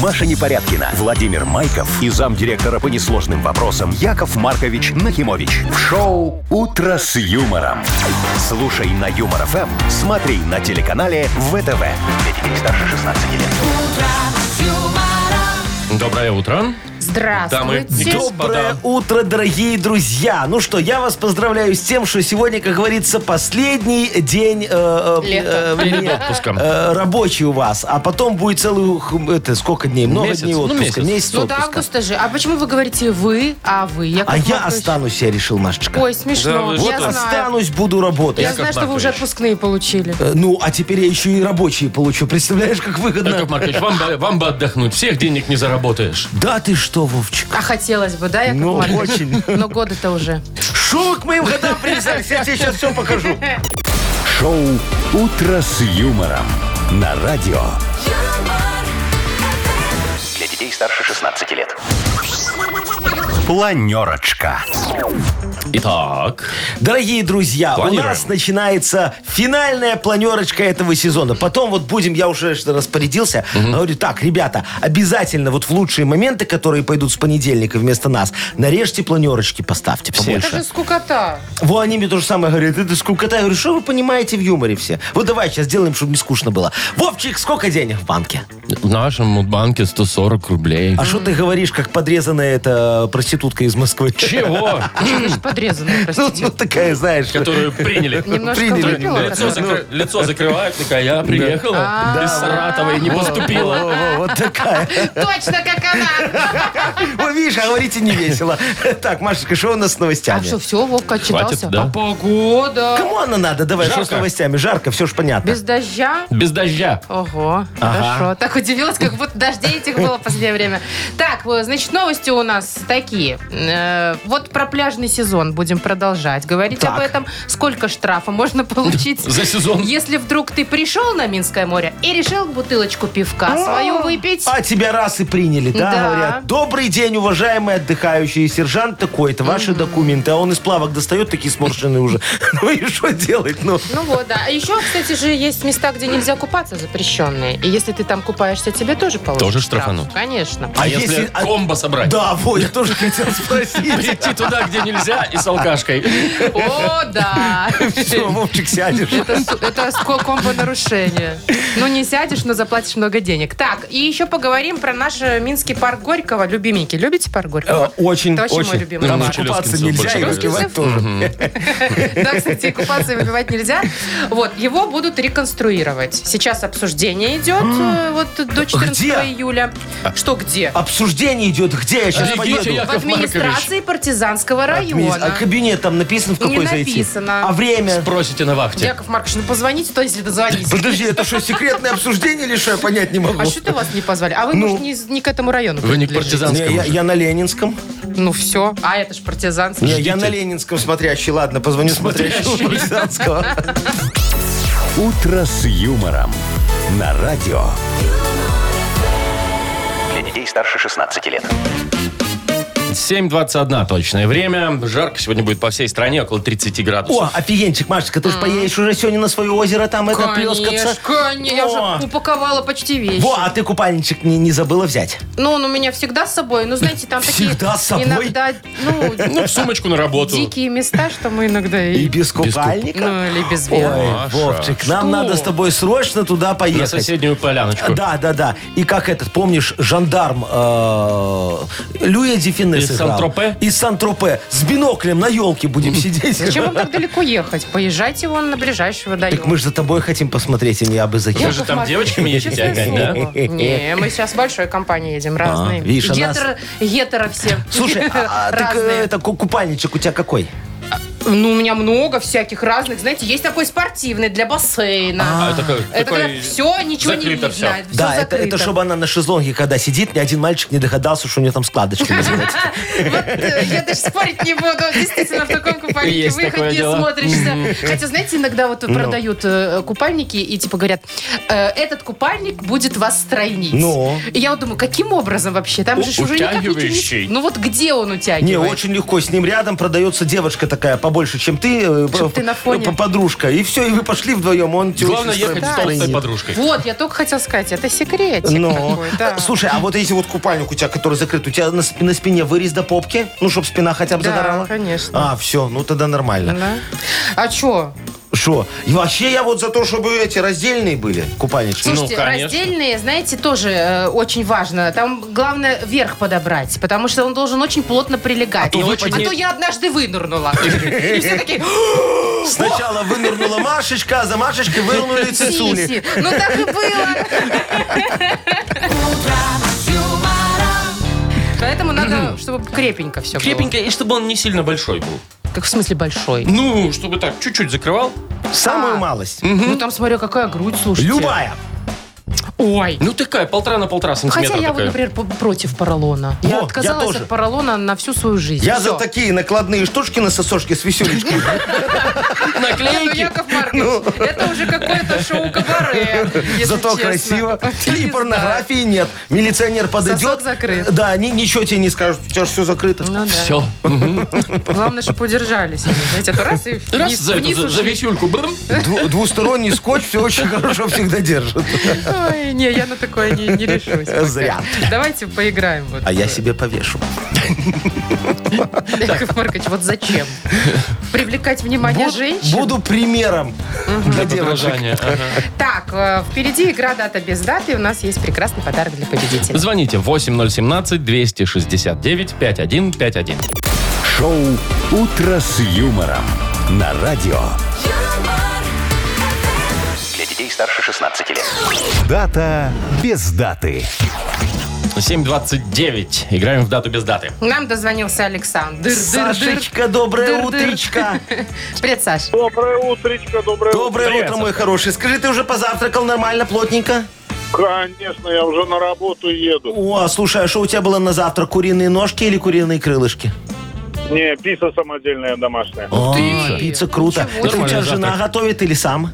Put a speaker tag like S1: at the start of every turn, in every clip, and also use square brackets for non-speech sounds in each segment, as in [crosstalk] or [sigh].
S1: Маша Непорядкина, Владимир Майков и замдиректора по несложным вопросам Яков Маркович Нахимович. В шоу «Утро с юмором». Слушай на Юмор ФМ, смотри на телеканале ВТВ. Для детей старше 16 лет.
S2: Доброе утро. Дамы.
S3: Здравствуйте.
S2: Никто-
S4: Доброе
S2: Господа.
S4: утро, дорогие друзья! Ну что, я вас поздравляю с тем, что сегодня, как говорится, последний день э, э,
S3: Лета.
S4: э,
S2: Перед
S4: не,
S2: отпуском.
S4: э, рабочий у вас, а потом будет целый хм, это сколько дней? Много
S2: Месяц.
S4: дней
S2: Ну,
S4: отпуска.
S2: месяц.
S4: месяц
S3: Ну до
S4: отпуска.
S3: августа же. А почему вы говорите вы, а вы? Яков
S4: А я
S3: Маркович?
S4: останусь, я решил, Машечка.
S3: Ой,
S2: Да
S3: смешно.
S2: вы
S4: вот
S3: я знаю.
S4: останусь, буду работать.
S3: Я
S2: Яков
S3: знаю, что вы
S2: Маркович.
S3: уже отпускные получили.
S4: Э, Ну, а теперь я еще и рабочие получу. Представляешь, как выгодно?
S2: Яков Маркович, вам, бы- вам бы отдохнуть. Всех денег не заработаешь.
S4: Да ты что, Вовчик?
S3: А хотелось бы, да, Яков
S4: Ну,
S3: Маркович?
S4: очень.
S3: Но годы-то уже.
S4: Шо вы к моим годам привязались? Я тебе сейчас все покажу.
S1: Шоу «Утро с юмором» на радио. Для детей старше 16 лет. Планерочка.
S2: Итак.
S4: Дорогие друзья,
S2: Планируем.
S4: у нас начинается финальная планерочка этого сезона. Потом вот будем, я уже что распорядился, говорю, так, ребята, обязательно вот в лучшие моменты, которые пойдут с понедельника вместо нас, нарежьте планерочки, поставьте
S3: Это же
S4: побольше.
S3: скукота.
S4: Во, они мне то же самое говорят, это скукота. Я говорю, что вы понимаете в юморе все? Вот давай сейчас сделаем, чтобы не скучно было. Вовчик, сколько денег в банке?
S2: В нашем мудбанке 140 рублей.
S4: А что ты говоришь, как подрезанная эта проститутка из Москвы?
S2: Чего?
S3: Ты же подрезанная,
S4: [laughs] Ну,
S3: простите.
S4: ну, такая, знаешь...
S2: Которую приняли.
S3: Немножко
S4: Ну, приняли.
S3: выпила,
S2: Лицо,
S3: которая-
S2: закры- лицо закрывают, такая, я приехала из Саратова и не
S4: Во,
S2: поступила.
S4: во, вот такая.
S3: Точно, как она.
S4: [laughs] Вы видишь, а говорите не весело. [laughs] Так, Машечка, что у нас с новостями?
S3: А что, все, Вовка отчитался?
S2: Хватит, да?
S3: А погода.
S4: Кому она надо? Давай,
S2: Жарко.
S4: что с новостями? Жарко, все же понятно.
S3: Без дождя?
S2: Без дождя.
S3: Ого, хорошо. Так удивилась, как будто дождей этих было в последнее время. Так, э, значит, новости у нас такие. Э, Вот про пляжный сезон будем продолжать. Говорить
S4: Так.
S3: об этом, сколько штрафа можно получить.
S2: За сезон.
S3: Если вдруг ты пришел на Минское море и решил бутылочку пивка свою выпить.
S4: А тебя раз и приняли, да?
S3: Да.
S4: Говорят, добрый день, уважаемый отдыхающий сержант такой-то, ваши документы. А он из плавок достает такие сморщенные уже. [laughs] Ну и что делать? Ну,
S3: Ну вот, да. А еще, кстати же, есть места, где нельзя купаться запрещенные. И если ты там купаешься, тебе тоже получат
S2: Тоже
S3: штраф.
S2: штрафанут.
S3: Конечно.
S2: А
S4: А
S2: если
S4: если- а-
S2: комбо собрать?
S4: да, вот, я тоже хотел спросить.
S3: [laughs]
S2: Прийти туда, где нельзя, и с алкашкой.
S3: О,
S2: [laughs]
S3: да.
S4: Все, Вовчик, сядешь.
S3: Это, с- это ско- комбо-нарушение. Ну, не сядешь, но заплатишь много денег. Так, и еще поговорим про наш э, Минский парк Горького. Любименький, любите парк
S4: Э,
S3: Горького?
S4: Очень,
S3: Это вообще мой
S4: очень.
S3: любимый
S4: Там
S3: парк.
S4: купаться
S2: Челюскинцев
S4: нельзя и
S2: больше
S3: нравится.
S4: выпивать тоже.
S3: [laughs] Да, кстати, и купаться и выпивать нельзя. Вот, его будут реконструировать. Сейчас обсуждение идет э, вот до 14
S4: А. Где? А.
S3: июля. Что где?
S4: Обсуждение идет, где я сейчас
S2: Идите,
S4: поеду?
S2: я
S3: В
S2: Яков Маркович.
S3: администрации партизанского
S4: Админис- А
S3: района.
S4: кабинет там написан, в
S3: Не
S4: какой зайти?
S3: написано.
S4: А время?
S2: Просите на вахте.
S3: Яков Маркович, ну позвоните, то если дозвонитесь.
S4: Подожди, это что, секретное обсуждение или что? Я понять не могу.
S3: А что ты вас не позвали? А вы,
S4: Ну.
S3: может, не, из- не к этому району
S2: Вы не к
S3: принадлежите?
S2: партизанскому.
S4: Не, я, я на Ленинском.
S3: Ну все. А это ж партизанский.
S4: Не, я на Ленинском смотрящий. Ладно, позвоню смотрящему партизанского. [laughs]
S1: «Утро с юмором» на радио. Для детей старше 16 лет.
S2: 7.21 точное время. Жарко сегодня будет по всей стране, около 30 градусов.
S4: О, офигенчик, Машечка,
S3: А?
S4: ты же поедешь уже сегодня на свое озеро там это плескаться.
S3: конечно. Я
S4: О.
S3: уже упаковала почти вещи.
S4: Во, а ты купальничек не, не забыла взять?
S3: Ну, он у меня всегда с собой. Ну, знаете, там такие...
S4: Всегда с собой?
S3: Иногда,
S4: [laughs]
S3: ну,
S2: Ну, в сумочку на работу.
S3: дикие места, что мы иногда и...
S4: И без купальника?
S3: Ну, или без
S4: Ой,
S3: веры.
S2: Маша,
S4: Вовчик, нам
S3: что?
S4: надо с тобой срочно туда
S2: На
S4: поехать.
S2: соседнюю поляночку.
S4: Да, да, да. И как этот, помнишь, жандарм э, Люя Дефинес
S2: Из
S4: играл.
S2: Сан-Тропе?
S4: Из Сан-Тропе. С биноклем на елке [laughs] будем сидеть.
S3: Зачем вам так далеко ехать? Поезжайте вон на ближайший водоем.
S4: Так мы же за тобой хотим посмотреть, и не об
S2: Вы же
S4: Изаке.
S3: Яков
S2: там
S3: Маркович,
S2: девочками едете,
S3: честное
S2: опять,
S3: слово.
S4: да?
S3: Не, мы сейчас большой компанией едем, разные.
S4: видишь, а нас-
S3: гетеро, гетеро все.
S4: [laughs] Слушай, а, а, так э,
S3: разные.
S4: это ку- купальничек у тебя какой?
S3: Ну, у меня много всяких разных. Знаете, есть такой спортивный для бассейна.
S2: А, это как-
S3: это
S2: такой
S3: когда все, ничего не
S2: закрыто
S3: видно.
S2: всё.
S3: Все
S4: да, это,
S3: закрыто.
S4: это чтобы она на шезлонге, когда сидит, ни один мальчик не догадался, что у нее
S3: [laughs]
S4: там складочки на животике.
S3: Вот, э, я даже спорить не буду. Действительно, в таком купальнике
S2: Есть такое
S3: выход не
S2: дело.
S3: смотришься. Хотя, знаете, иногда
S4: Ну.
S3: вот продают э, купальники и типа говорят, «Э, этот купальник будет вас стройнить.
S4: Ну.
S3: И я вот думаю, каким образом вообще? Там
S2: У-
S3: же ж уже никак ничего не-
S2: утягивающий.
S3: Ну вот где он утягивает?
S4: Не, очень легко. С ним рядом продается девочка такая, по больше, чем ты, э,
S3: Чтоб
S4: п-
S3: ты на фоне.
S4: п- подружка. И все, и вы пошли вдвоем. Он тебя
S2: Главное
S4: очень
S2: ехать с
S4: сторони-
S2: толстой
S4: сторонит.
S2: подружкой.
S3: Вот, я только хотела сказать, это секретик
S4: Ну,
S3: такой, да.
S4: слушай, а вот если вот купальник у тебя, который закрыт, у тебя на, сп- на спине вырез до попки, ну, чтобы спина хотя бы
S3: Да,
S4: загорала?
S3: конечно.
S4: А, все, ну тогда нормально.
S3: Да. А что?
S4: Что? И вообще я вот за то, чтобы эти раздельные были, купальнички.
S3: Слушайте,
S2: конечно.
S3: раздельные, знаете, тоже э, очень важно. Там главное верх подобрать, потому что он должен очень плотно прилегать.
S2: то
S3: А,
S2: вы
S3: то,
S2: очень-
S3: я однажды вынырнула. И все такие,
S4: Сначала вынырнула Машечка, а за Машечкой вынырнули цицули.
S3: ну, «Сиси». Ну так и было. Поэтому надо, чтобы крепенько все было.
S2: Крепенькая, и чтобы он не сильно большой был.
S3: Как в смысле большой?
S2: Ну, чтобы так, чуть-чуть закрывал.
S4: Самую
S3: А.
S4: малость.
S3: Ну там, смотрю, какая грудь, слушайте.
S4: Любая.
S3: Ой.
S2: Ну, такая, полтора на полтора сантиметра
S3: Хотя я, вот,
S2: такая.
S3: например, по- против поролона. я
S4: Во, я
S3: отказалась
S4: тоже.
S3: от поролона на всю свою жизнь.
S4: Я
S3: Всё.
S4: за такие накладные штучки на сосочке с веселечкой.
S3: Не, ну,
S2: Наклейки.
S3: Яков Маркович, это уже какое-то шоу-кабаре. если
S4: Зато
S3: честно.
S4: красиво.
S3: [laughs] Не
S4: И
S3: знаю.
S4: порнографии нет. Милиционер подойдет.
S3: закрыт.
S4: Да, они ничего тебе не скажут. У тебя же все закрыто.
S3: Ну да.
S2: Все.
S3: Главное, чтобы удержались. они, Знаете, а то раз и
S2: [laughs] Раз
S3: вниз,
S2: за, эту,
S3: вниз
S2: за, за
S3: ушли.
S2: висюльку. Брм.
S4: Дву- Двусторонний скотч все очень хорошо всегда держит.
S3: Ой, не, я на такое не, не решусь. пока.
S4: Зря.
S3: Давайте поиграем. Вот. э,
S4: А я себе повешу.
S3: Яков Маркович, вот зачем? Привлекать внимание
S4: Буд-
S3: женщин?
S4: Буду примером для девушек.
S2: Подражание, ага.
S3: Так, э, впереди игра «Дата без даты». У нас есть прекрасный подарок для победителя.
S2: Звоните 8017-269-5151.
S1: Шоу «Утро с юмором» на радио.
S5: Для детей старше 16 лет.
S1: Дата без даты.
S2: 7.29. Играем в дату без даты.
S3: Нам дозвонился Александр. Дыр, дыр, дыр.
S4: Сашечка, доброе
S3: Дыр-дыр.
S4: утречко.
S3: [laughs] Привет, Саш.
S6: Доброе утречко, доброе
S4: Доброе
S2: Привет,
S4: утро, мой хороший. Скажи, ты уже позавтракал нормально, плотненько?
S6: утро. Конечно, я уже на работу еду.
S4: О, слушай, а что у тебя было на завтрак? Куриные ножки или куриные крылышки?
S6: Не, пицца самодельная домашняя.
S4: О,
S3: ты!
S4: пицца круто.
S3: Ничего
S4: Это у
S2: Нормальный
S4: тебя жена
S2: завтрак.
S4: готовит или сам?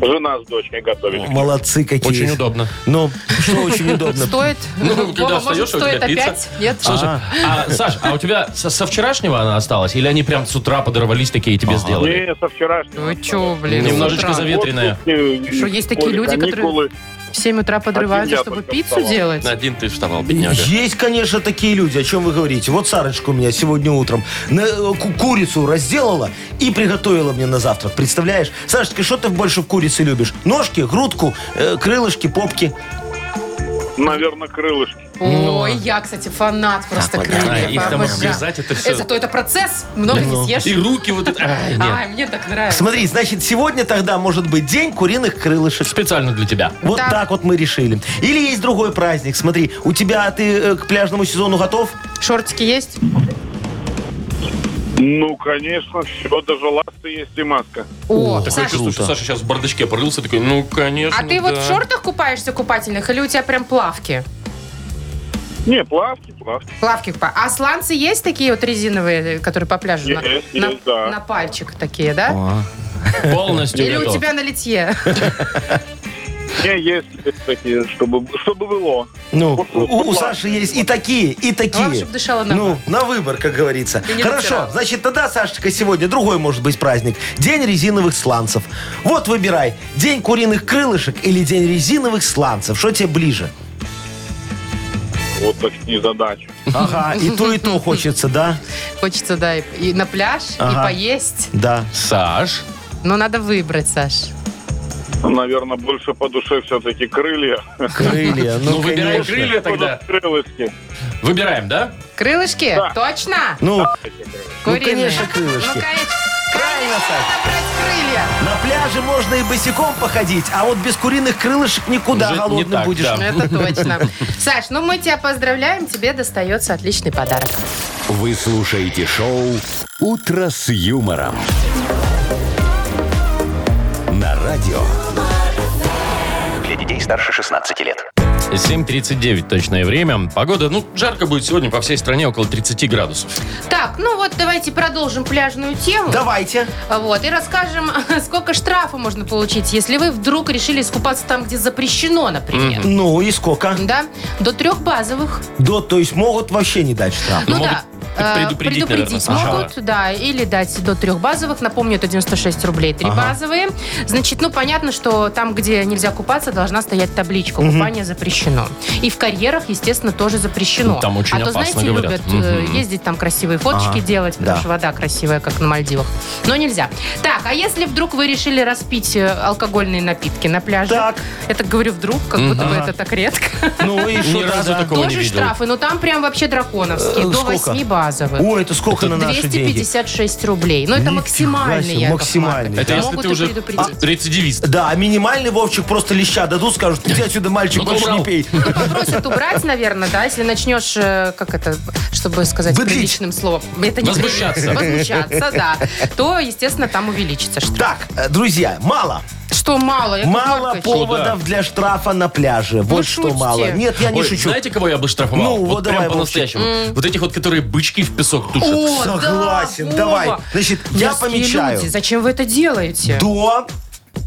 S6: Жена с дочкой готовит.
S4: Молодцы какие.
S2: Очень удобно.
S4: Ну, что
S3: [laughs]
S4: очень удобно.
S3: Стоит?
S2: [laughs] Ну,
S3: Вова,
S2: когда
S3: может,
S2: встаешь, у тебя
S3: стоит
S2: пицца.
S3: опять? Нет?
S2: Слушай, а, Саш, а у тебя со, со вчерашнего она осталась? Или они прям с утра подорвались такие и тебе сделали?
S6: Не, со вчерашнего.
S3: Вы чё, блин,
S2: Немножечко
S3: с утра?
S2: завет- Ветреная.
S3: Что, есть такие люди, которые- В 7 утра подрываются,
S6: Один я
S3: чтобы
S6: только
S3: пиццу
S6: вставал.
S3: делать?
S2: Один ты вставал, бедняга.
S4: Есть, конечно, такие люди, о чем вы говорите. Вот Сарочка у меня сегодня утром на, э, ку- курицу разделала и приготовила мне на завтрак. Представляешь? Сашечка, что ты больше в курице любишь? Ножки, грудку, э, крылышки, попки?
S6: Наверное, крылышки.
S3: Ой, я, кстати, фанат просто
S4: вот,
S3: крыльев.
S4: да,
S2: их там
S3: обожаю.
S2: обрезать, это всё.
S3: Зато это процесс, много не
S2: И
S3: съешь.
S2: руки вот это... Ай, нет.
S3: Ай, мне так нравится.
S4: Смотри, значит, сегодня тогда может быть день куриных крылышек.
S2: Специально для тебя.
S4: Вот
S3: Да.
S4: так вот мы решили. Или есть другой праздник. Смотри, у тебя ты э, к пляжному сезону готов?
S3: Шортики есть?
S6: Ну, конечно, все, даже ласты есть и маска.
S3: О,
S2: Такое
S3: Саш,
S2: чувство, что Саша сейчас в бардачке порылся, такой, ну, конечно,
S3: а ты вот
S2: да.
S3: в шортах купаешься купательных или у тебя прям плавки?
S6: Не, плавки, плавки.
S3: Плавки купа. А сланцы есть такие вот резиновые, которые по пляжу на,
S6: Есть,
S3: на-
S6: есть, да.
S3: на пальчик такие, да?
S2: Полностью
S3: Или у
S2: готов.
S3: тебя на литье? [laughs]
S6: Не, есть такие, чтобы, чтобы было.
S4: Ну, у,
S6: Ну,
S4: у
S6: ладно.
S4: Саши есть и такие, и
S3: Главное,
S4: такие.
S3: чтобы дышала на
S4: Ну, на выбор, как говорится.
S3: И не
S4: Хорошо,
S3: натирала.
S4: значит, тогда, Сашечка, сегодня другой может быть праздник. День резиновых сланцев. Вот выбирай, день куриных крылышек или день резиновых сланцев. Что тебе ближе?
S6: Вот такие задачи.
S4: Ага, и то, и то хочется, да?
S3: Хочется, да, и, и на пляж, и
S4: Ага.
S3: поесть.
S4: Да.
S2: Саш,
S3: Но надо выбрать, Саш.
S6: Наверное, больше по душе все-таки крылья.
S4: Крылья,
S2: ну,
S4: ну,
S2: выбирай
S4: конечно.
S2: крылья тогда.
S6: [laughs] Крылышки.
S2: Выбираем, да?
S3: Крылышки?
S6: Да.
S3: Точно?
S4: Ну,
S3: Куриные?
S4: конечно, крылышки.
S3: Ну, конечно,
S4: правильно, Саш.
S3: брать крылья.
S4: На пляже можно и босиком походить, а вот без куриных крылышек никуда
S2: Уже не
S4: голодным
S2: так,
S4: будешь.
S2: да.
S3: Это точно. Саш, ну мы тебя поздравляем, тебе достается отличный подарок.
S1: Вы слушаете шоу «Утро с юмором» на радио.
S5: Для детей старше 16 лет.
S2: 7.39 точное время. Погода, ну, жарко будет сегодня по всей стране, около 30 градусов.
S3: Так, ну вот давайте продолжим пляжную тему. А,
S4: Давайте.
S3: Вот, и расскажем, [laughs] сколько штрафа можно получить, если вы вдруг решили искупаться там, где запрещено, например.
S4: Ну и сколько?
S3: Да? До трех базовых.
S4: До, то есть могут вообще не дать штраф.
S3: Ну
S2: могут
S3: да. э,
S2: Предупредить,
S3: предупредить
S2: наверное, сначала.
S3: могут, да, или дать до трех базовых. Напомню, это 96 рублей, три базовые. Значит, ну, понятно, что там, где нельзя купаться, должна стоять табличка «Купание запрещено». И в карьерах, естественно, тоже запрещено.
S2: Там очень
S3: а то,
S2: опасно,
S3: знаете,
S2: говорят.
S3: любят э,
S2: Мгм.
S3: ездить там красивые фоточки делать, потому
S4: да.
S3: что вода красивая, как на Мальдивах. Но нельзя. Так, а если вдруг вы решили распить э, алкогольные напитки на пляже?
S4: Так.
S3: Это говорю вдруг, как будто бы это так редко.
S4: Ну и
S2: Ни
S4: что
S2: разу
S4: тогда?
S2: такого не
S3: Тоже
S2: видел.
S3: штрафы, но там прям вообще драконовские.
S4: Э,
S3: До
S4: сколько?
S3: 8 базовых.
S4: Ой, это сколько на наши деньги?
S3: 256 рублей. Но это
S4: Нифига
S3: максимальный,
S4: себе,
S3: Яков
S4: максимальный.
S3: Маркович.
S2: Это если
S3: Могут
S2: ты
S3: и
S2: уже
S3: предупредить.
S2: рецидивист.
S4: Да, а минимальный Вовчик просто леща дадут, скажут, иди отсюда, мальчик,
S2: Ну-ка,
S4: больше
S2: убрал.
S4: не пей.
S3: Ну, попросят убрать, наверное, да, если начнешь, э, как это, чтобы сказать
S4: Быдлить.
S3: приличным словом. Это не
S2: Возмущаться.
S3: прилично. Возмущаться, да. То, естественно, там увеличится штраф.
S4: Так, э, друзья, мало.
S3: Что мало, Яков
S4: Мало
S3: Маркович?
S4: поводов для штрафа на пляже. Вот что
S3: шутите.
S4: мало. Нет, я не
S2: Ой,
S4: шучу.
S2: Знаете, кого я бы штрафовал?
S4: Ну, вот
S2: вот прям
S4: давай,
S2: по-настоящему. Вот этих вот, которые бычки в песок тушат.
S3: О, да,
S4: Согласен,
S3: Вова.
S4: давай. Значит, я
S3: Мерзкие
S4: помечаю.
S3: люди, зачем вы это делаете?
S4: До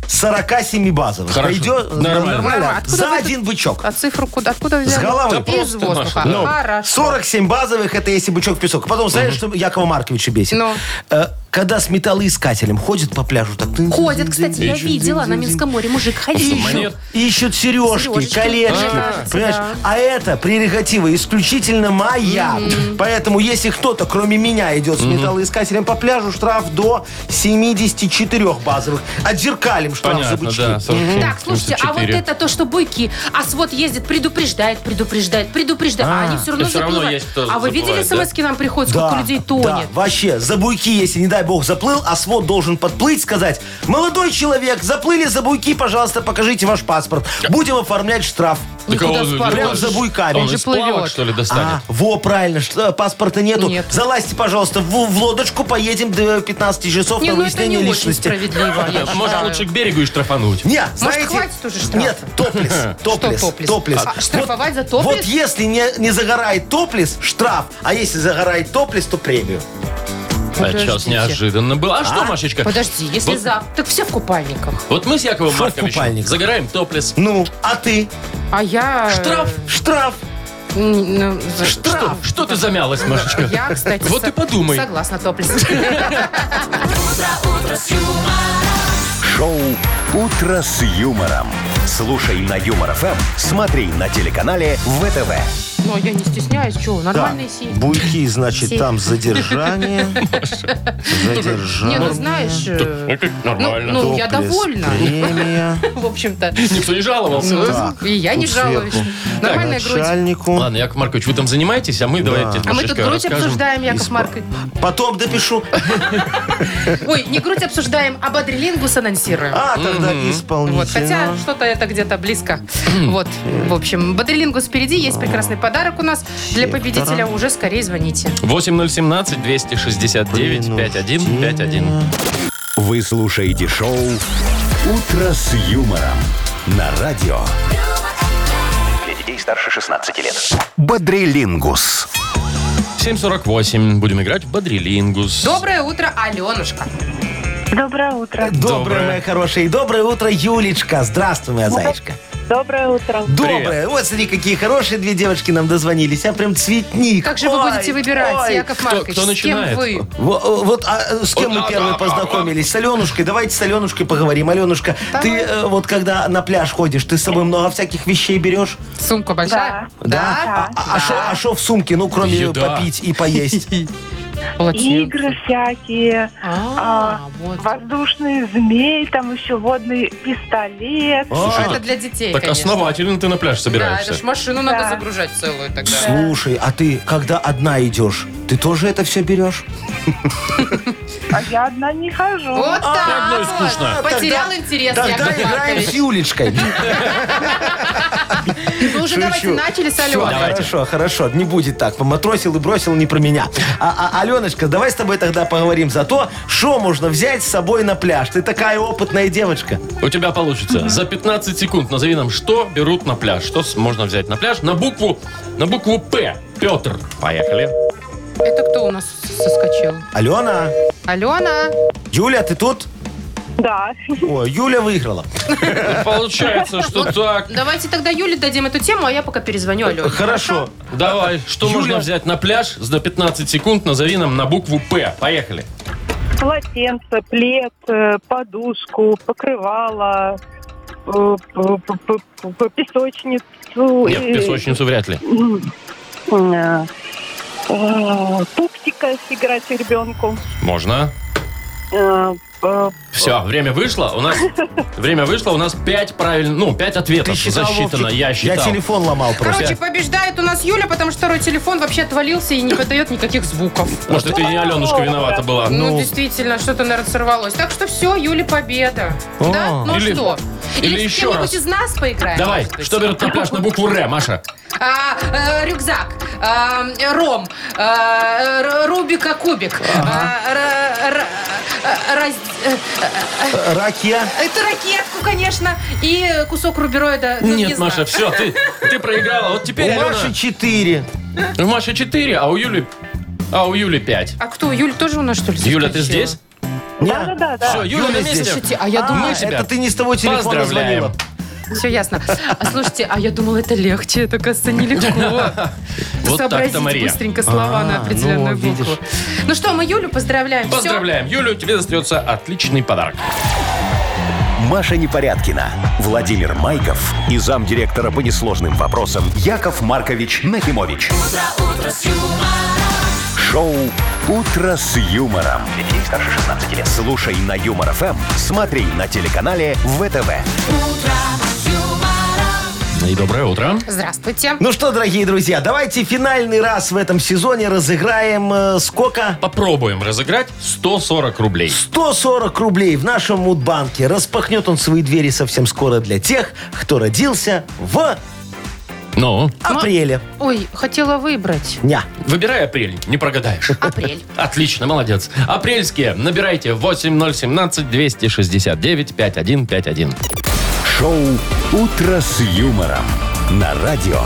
S4: 47 базовых.
S2: Хорошо.
S4: Пойдет
S2: Нормально.
S3: Нормально. Откуда
S4: За
S3: вы-
S4: один бычок.
S3: А цифру куда, откуда взяли?
S4: С головы. Ну,
S2: Да
S3: Из
S2: просто,
S3: воздуха.
S2: Маша, да.
S3: Хорошо.
S4: 47 базовых это если бычок в песок. Потом знаешь, что Якова Марковича бесит?
S3: Ну.
S4: Э, Когда с металлоискателем ходит по пляжу так.
S3: Ходят, кстати, я видела на Минском море. Мужик ходил.
S2: Монет.
S4: Ищут сережки,
S3: Сережечки,
S4: колечки.
S3: мне кажется,
S4: понимаешь?
S3: да.
S4: А это прерогатива исключительно моя. Поэтому, если кто-то, кроме меня, идет с металлоискателем по пляжу, штраф до 74 базовых. Отзеркалим штраф за
S2: Понятно,
S4: бычки.
S2: да. 47,
S3: Так, слушайте, а вот
S2: 74.
S3: это то, что быки, а свод ездит, предупреждает, предупреждает, предупреждает, а, они все равно
S2: И всё равно
S3: заплывают.
S2: есть кто
S3: а вы видели
S2: заплывает, да?
S3: смс нам приходят, сколько людей
S4: да,
S3: тонет?
S4: вообще, за буйки, если, не дай бог, заплыл, а свод должен подплыть, сказать, молодой человек, заплыли за буйки, пожалуйста, покажите ваш паспорт. Будем оформлять штраф.
S2: Так
S3: Никуда
S2: а он-
S3: с паром.
S4: Прям за буйками.
S2: Он
S3: же
S2: из плавок,
S3: плывет.
S2: что ли,
S4: А,
S2: достанет?
S4: во, правильно, что, э, паспорта нету.
S3: Нет.
S4: Залазьте, пожалуйста, в, в лодочку, поедем до 15 часов
S3: Не,
S4: на
S3: ну это не
S4: выяснение
S3: очень
S4: личности.
S3: справедливо. я
S2: Да, Может,
S3: считаю.
S2: лучше к берегу и штрафануть.
S4: Не, знаете,
S3: хватит уже штрафа?
S4: Нет, топлес, топлес,
S3: топлес?
S4: топлес.
S3: А, штрафовать за топлес?
S4: Вот если не, не загорает топлес, штраф, а если загорает топлес, то премию.
S2: А сейчас
S3: Подождите.
S2: неожиданно было. А что, Машечка?
S3: Подожди, если
S2: Вот-
S3: за... Так все в купальниках.
S2: Вот мы с Яковом
S4: Шо в
S2: Марковичем
S4: купальниках?
S2: загораем топлес.
S4: Ну, а ты?
S3: А я...
S2: Штраф.
S4: Штраф.
S3: М, ну, за-
S2: Что, что ты замялась, Машечка?
S3: Я, кстати,
S2: Вот
S3: со-
S2: и подумай.
S3: Согласна, топлес.
S1: Шоу «Утро с юмором». Слушай на Юмор ФМ, смотри на телеканале ВТВ.
S3: [laughs] Но я не стесняюсь, что,
S4: Да.
S3: нормальные сети.
S4: Буйки, значит,
S3: Сеть.
S4: там задержание. Задержание.
S3: Не, ну знаешь... э,
S2: Ну, как нормально.
S3: Ну, я
S4: Топлес,
S3: довольна,
S4: премия.
S3: в общем-то.
S2: Никто не жаловался.
S3: Ну, и я не
S4: тут
S3: жалуюсь.
S4: сверху.
S3: [laughs] Нормальная грудь.
S4: Начальнику.
S2: Ладно, Яков Маркович, вы там занимаетесь, а мы давайте
S3: А мы тут
S2: Машечка,
S3: грудь
S2: расскажем.
S3: обсуждаем, Яков
S4: Исп-
S3: Маркович.
S4: Потом допишу.
S3: Ой, не грудь обсуждаем, а бодрилингус анонсируем.
S4: А, тогда
S3: Вот, хотя
S4: исполнительно.
S3: что-то это где-то близко.
S4: Хм.
S3: Вот, в общем, бодрилингус впереди, есть прекрасный подарок у нас. Для победителя уже скорее звоните.
S2: 8017 269
S4: ну.
S2: 5151.
S1: Вы слушаете шоу «Утро с юмором» на радио
S5: Для детей старше 16 лет.
S1: «Бодрилингус».
S2: 748. Будем играть в Бодрилингус.
S3: Доброе утро, Аленушка.
S7: Доброе утро.
S4: Доброе,
S2: Доброе.
S4: моя хорошая. И доброе утро, Юлечка. Здравствуй, моя зайчка.
S7: Доброе утро.
S4: Доброе. Вот смотри, какие хорошие две девочки нам дозвонились. А прям цветник.
S3: Как же вы
S4: Ой,
S3: будете выбирать,
S4: ой.
S3: Яков
S2: Кто-
S3: Маркович?
S2: кто
S3: С кем
S2: начинает?
S3: вы?
S4: Во- Вот а, э, с кем мы первые познакомились? С Аленушкой. Давайте с Аленушкой поговорим. Аленушка, ты э, вот когда на пляж ходишь, ты с собой много всяких вещей берешь?
S3: Сумка большая?
S4: А- А а шо- а шо в сумке? Ну, кроме
S2: Еда.
S4: попить и поесть.
S3: Полотенце.
S7: Игры всякие,
S3: А,
S7: А,
S3: вот.
S7: воздушные змей, там еще водный пистолет.
S2: Слушай,
S3: Это
S2: так-
S3: для детей,
S2: Так
S3: конечно.
S2: основательно ты на пляж
S3: Да, это
S2: собираешься.
S3: ж машину надо
S7: Да.
S3: загружать целую тогда.
S4: Слушай, а ты, когда одна идешь, ты тоже это все берешь?
S7: А я одна не хожу.
S3: Вот
S2: одной
S3: так
S2: скучно.
S3: вот. Потерял интерес,
S4: Тогда
S3: Яков
S4: играем с
S3: Маркович.
S4: Юлечкой.
S3: Вы Ну, уже давайте начали с
S4: Все,
S3: Алены.
S4: хорошо, хорошо. Не будет так. Поматросил и бросил не про меня. А, а, Аленочка, давай с тобой тогда поговорим за то, что можно взять с собой на пляж. Ты такая опытная девочка.
S2: У тебя получится. За 15 секунд назови нам, что берут на пляж. Что с- можно взять на пляж? На букву, на букву П. Петр. Поехали.
S3: Это кто у нас соскочил?
S4: Алена,
S3: Алена?
S4: Юля, ты тут?
S7: Да.
S4: О, Юля выиграла.
S2: Получается, что так.
S3: Давайте тогда Юле дадим эту тему, а я пока перезвоню Алене.
S4: Хорошо.
S2: Давай, что
S4: Юля.
S2: можно взять на пляж за 15 секунд? Назови нам на букву П. Поехали.
S7: Полотенце, плед, э, подушку, покрывало, э, п- п- п- п- песочницу.
S2: Нет,
S7: и-
S2: песочницу вряд ли.
S7: М, э, э, Пупсика играть ребенку.
S2: Можно.
S7: Э, э,
S2: Все, время вышло. У нас время вышло. У нас 5 правильно, ну, 5
S4: Ты
S2: ответов
S4: считал,
S2: засчитано.
S4: Вовчик?
S2: Я считал.
S4: Я телефон ломал просто.
S3: Короче, побеждает у нас Юля, потому что второй телефон вообще отвалился и не подает никаких звуков.
S2: Может, это и не Аленушка виновата была.
S3: Ну,
S4: ну.
S3: действительно, что-то, наверное, сорвалось. Так что все, Юле победа.
S4: О.
S3: да? Ну а
S2: Или-
S3: что?
S2: или
S3: с
S2: еще
S3: кем-нибудь
S2: раз.
S3: из нас поиграем?
S2: Давай,
S3: может быть?
S2: что берут на пляж на букву Р, Маша?
S3: А, э, рюкзак, а, э, ром, а, э, Р- Рубика кубик, а, р- р- э, раз- э,
S4: Ракия.
S3: это ракетку, конечно, и кусок рубероида. ну, не
S2: Нет,
S3: знаю.
S2: Маша, все, ты, ты проиграла. Вот
S4: У
S2: теперь
S4: Маши
S2: Алена...
S4: 4.
S2: У Маши 4, а у Юли... А у Юли 5.
S3: А кто, Юля тоже у нас, что ли,
S2: Юля, ты
S3: соскочила?
S2: здесь?
S7: Да-да-да. да.
S2: Все, Юля на
S4: Юля
S2: месте.
S4: здесь.
S3: Слушайте, а я думаю,
S2: мы тебя
S4: Это ты не с того телефона
S2: поздравляем.
S4: звонила.
S3: все ясно. А слушайте, а я думала, это легче, это, кажется, нелегко.
S2: [laughs] Вот
S3: Сообразить
S2: так-то, Мария. А,
S3: быстренько слова на определенную
S4: ну, видишь.
S3: букву. Ну что, мы Юлю поздравляем. Всё?
S2: Поздравляем, Юлю, тебе достается отличный подарок.
S1: Маша Непорядкина, Владимир Майков и замдиректора по несложным вопросам Яков Маркович Нахимович. Шоу Утро с юмором. Для детей старше 16 лет. Слушай на юмор ФМ, смотри на телеканале ВТВ.
S2: И доброе утро.
S3: Здравствуйте.
S4: Ну что, дорогие друзья, давайте финальный раз в этом сезоне разыграем э, сколько?
S2: Попробуем разыграть 140 рублей.
S4: 140 рублей в нашем мудбанке. Распахнет он свои двери совсем скоро для тех, кто родился в
S2: Ну,
S4: апреле.
S3: Ой, хотела выбрать.
S4: Ня.
S2: выбирай апрель, не
S3: [laughs]
S2: прогадаешь.
S3: Апрель.
S2: Отлично, молодец. Апрельские набирайте 8017-269-5151.
S1: Шоу Утро с юмором на радио.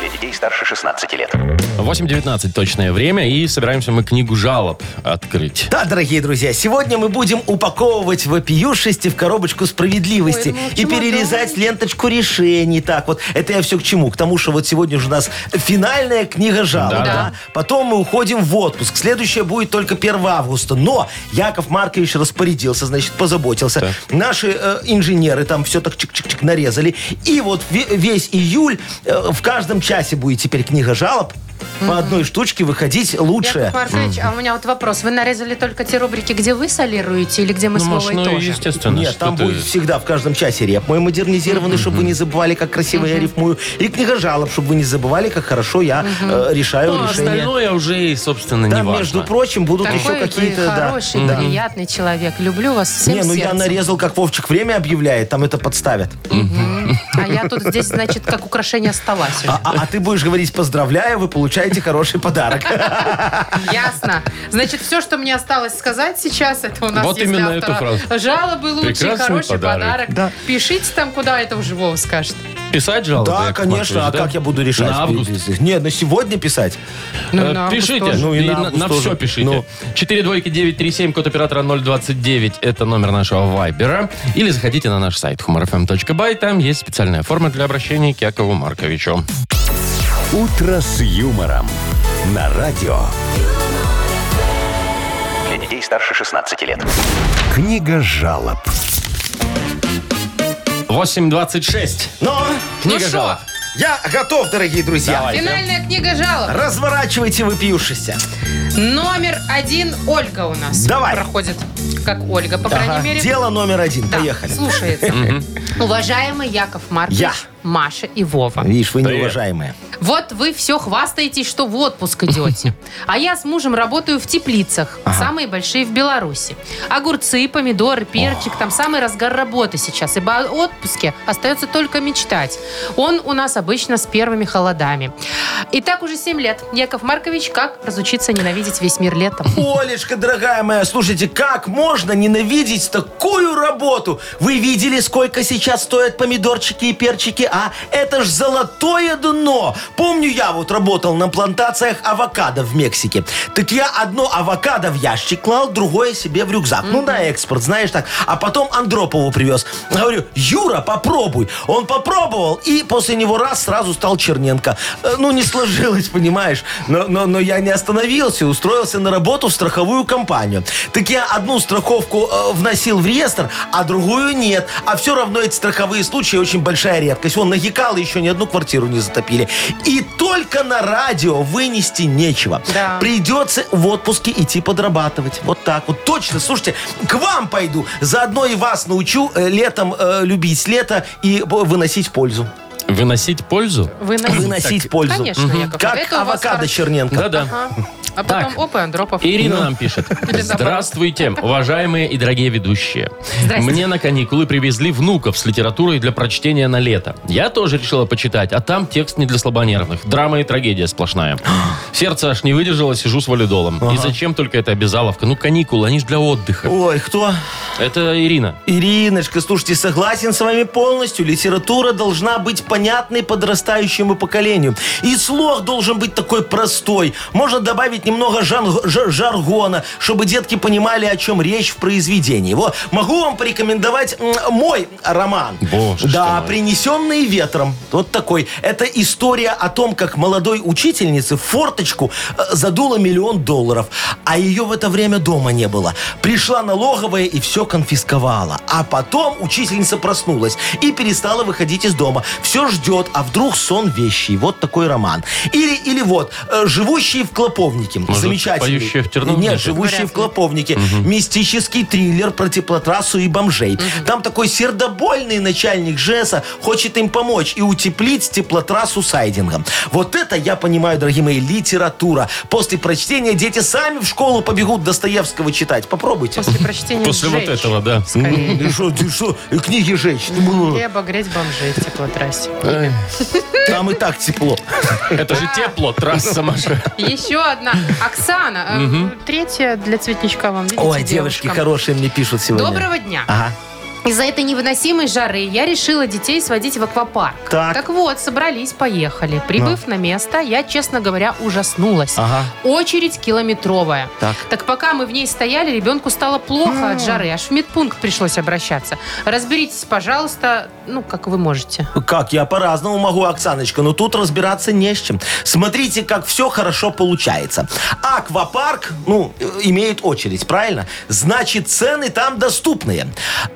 S5: Для детей старше 16 лет.
S2: 8.19 точное время, и собираемся мы книгу жалоб открыть.
S4: Да, дорогие друзья, сегодня мы будем упаковывать вопиюшести в коробочку справедливости
S3: Ой, ну,
S4: и
S3: чемодан.
S4: перерезать ленточку решений. Так вот, это я все к чему? К тому, что вот сегодня же у нас финальная книга жалоб.
S2: Да.
S4: да? Потом мы уходим в отпуск. Следующая будет только 1 августа. Но Яков Маркович распорядился, значит, позаботился. Наши э, инженеры там все так чик-чик-чик нарезали. И вот ве- весь июль э, в каждом часе будет теперь книга жалоб. По одной штучке выходить лучше.
S3: Яков Маркович, а у меня вот вопрос. Вы нарезали только те рубрики, где вы солируете или где мы
S2: ну,
S3: с
S2: Маш,
S3: Вовой
S2: ну,
S3: тоже?
S2: естественно,
S4: Нет,
S2: что
S4: там
S2: ты-
S4: будет всегда в каждом часе реп мой модернизированный, чтобы вы не забывали, как красиво я рифмую. И книга жалоб, чтобы вы не забывали, как хорошо я э, решаю
S3: а
S2: Ну,
S4: решение.
S2: остальное уже, и, собственно, не
S4: Там,
S2: важно.
S4: между прочим, будут еще
S3: Такой вы
S4: какие-то... да.
S3: хороший, приятный человек. Люблю вас всем
S4: Не, ну я
S3: сердцем.
S4: нарезал, как Вовчик время объявляет, там это подставят.
S3: А я тут здесь, значит, как
S2: [laughs]
S3: украшение стола сижу.
S4: А, а- а ты будешь говорить поздравляю, вы получаете хороший
S2: [laughs]
S4: подарок.
S3: Ясно. Значит, все, что мне осталось сказать сейчас, это у нас
S2: Вот
S3: есть для
S2: именно эту
S3: автора
S2: фразу.
S3: Жалобы лучшие,
S2: Прекрасный
S3: хороший
S2: подарок.
S3: подарок.
S4: Да.
S3: Пишите там, куда это уже Вова скажет.
S2: Писать жалобы,
S4: Да,
S2: Яков
S4: конечно, а
S2: Маркович, да?
S4: как я буду решать?
S2: На август.
S4: Нет, на сегодня писать.
S2: Э,
S3: на август
S2: пишите,
S3: тоже.
S4: Ну, и
S2: и
S4: на
S2: на,
S4: август тоже.
S2: все пишите.
S4: Ну.
S2: 4 двойки 937, код оператора 029, это номер нашего вайбера. Или заходите на наш сайт humorfm.by, там есть специальная форма для обращения к Якову Марковичу.
S1: «Утро с юмором» на радио.
S5: Для детей старше 16 лет.
S1: Книга жалоб.
S2: 8.26.
S4: Но
S2: Книга
S3: Ну шо?
S2: жалоб.
S4: я готов, дорогие друзья.
S3: Финальная книга жалоб.
S4: Разворачивайте выпившийся.
S3: Номер один Ольга у нас.
S4: Давай.
S3: Проходит как Ольга, по крайней мере.
S4: Дело номер один.
S3: Да,
S4: Поехали.
S3: слушается. Уважаемый Яков Маркович,
S4: Я.
S3: Маша и Вова.
S4: Видишь, вы неуважаемые.
S3: Вот вы все хвастаетесь, что в отпуск
S2: [laughs]
S3: идете. А я с мужем работаю в теплицах, самые большие в Беларуси. Огурцы, помидоры, перчик, там самый разгар работы сейчас. Ибо о отпуске остается только мечтать. Он у нас обычно с первыми холодами. И так уже 7 лет. Яков Маркович, как разучиться ненавидеть весь мир
S2: [laughs]
S3: летом?
S4: Олечка, дорогая моя, слушайте, как можно ненавидеть такую работу? Вы видели, сколько сейчас стоят помидорчики и перчики, а? Это ж золотое дно! Помню, я вот работал на плантациях авокадо в Мексике. Так я одно авокадо в ящик клал, другое себе в рюкзак. Ну, на экспорт, знаешь так. А потом Андропову привез. Говорю, Юра, попробуй. Он попробовал, и после него раз сразу стал Черненко. Э, Ну, не сложилось, понимаешь. Но, но, но я не остановился, устроился на работу в страховую компанию. Так я одну страховку э, вносил в реестр, а другую нет. А все равно эти страховые случаи очень большая редкость. Вон, на Гекала еще ни одну квартиру не затопили. И только на радио вынести нечего.
S3: Да.
S4: Придется в отпуске идти подрабатывать. Вот так вот. Точно, слушайте, к вам пойду. Заодно и вас научу э, летом э, любить лето и б- выносить пользу.
S2: Выносить пользу?
S4: Выносить пользу.
S3: Конечно,
S4: Мгм.
S3: Яков,
S4: Как
S3: это у вас
S4: авокадо
S3: хорошо.
S4: Черненко.
S2: Да-да.
S3: Ага. А потом,
S2: Так.
S3: опа, Андропов.
S2: Ирина нам пишет.
S3: Ну. [laughs] наоборот.
S2: Здравствуйте, уважаемые и дорогие ведущие.
S3: Здрасте.
S2: Мне на каникулы привезли внуков с литературой для прочтения на лето. Я тоже решила почитать, а там текст не для слабонервных. Драма и трагедия
S3: [gasps]
S2: сплошная. Сердце аж не выдержало, сижу с валидолом. И зачем только эта обязаловка? Ну, каникулы, они же для отдыха.
S4: Ой, кто?
S2: Это Ирина.
S4: Ириночка, слушайте, согласен с вами полностью. Литература должна быть понятной подрастающему поколению. И слог должен быть такой простой. Можно добавить немного жан- жа- жаргона, чтобы детки понимали, о чем речь в произведении. Вот, могу вам порекомендовать м, мой роман.
S2: Боже ж ты
S4: Да,
S2: мой.
S4: «Принесенные ветром». Вот такой. Это история о том, как молодой учительнице в форточку э, задуло миллион долларов, а ее в это время дома не было. Пришла налоговая и все конфисковала. А потом учительница проснулась и перестала выходить из дома. Все ждет, а вдруг сон вещий. Вот такой роман. Или, или вот э, «Живущие в клоповнике».
S2: Может,
S4: Замечательный.
S2: «Поющие в терновнике»?
S4: Нет, «Живущие в клоповнике». Мистический триллер про теплотрассу и бомжей. Там такой сердобольный начальник ЖЭСа хочет им помочь и утеплить теплотрассу сайдингом. Вот это, я понимаю, дорогие мои, литература. После прочтения дети сами в школу побегут Достоевского читать. Попробуйте.
S3: После прочтения
S2: После вот
S3: сжечь.
S2: этого, да.
S3: Скорее.
S4: Ты что, ты что? И Книги жечь. Ты было.
S3: Хлеба греть бомжей в теплотрассе.
S4: Там и так тепло.
S2: Это же тепло, трасса,
S3: [laughs]
S2: Маша.
S3: Еще одна. Оксана, э, третья для цветничка вам. Видите,
S4: Ой, девушки
S3: девушкам.
S4: хорошие мне пишут сегодня.
S3: Доброго дня.
S4: Ага.
S3: Из-за этой невыносимой жары я решила детей сводить в аквапарк.
S4: Так.
S3: вот, собрались, поехали. Прибыв на место, я, честно говоря, ужаснулась.
S4: Ага.
S3: Очередь километровая.
S4: Так.
S3: пока мы в ней стояли, ребенку стало плохо от жары. Аж в медпункт пришлось обращаться. Разберитесь, пожалуйста, ну, как вы можете.
S4: Как я по-разному могу, Оксаночка, но тут разбираться не с чем. Смотрите, как все хорошо получается. Аквапарк, ну, э, имеет очередь, правильно? Значит, цены там доступные.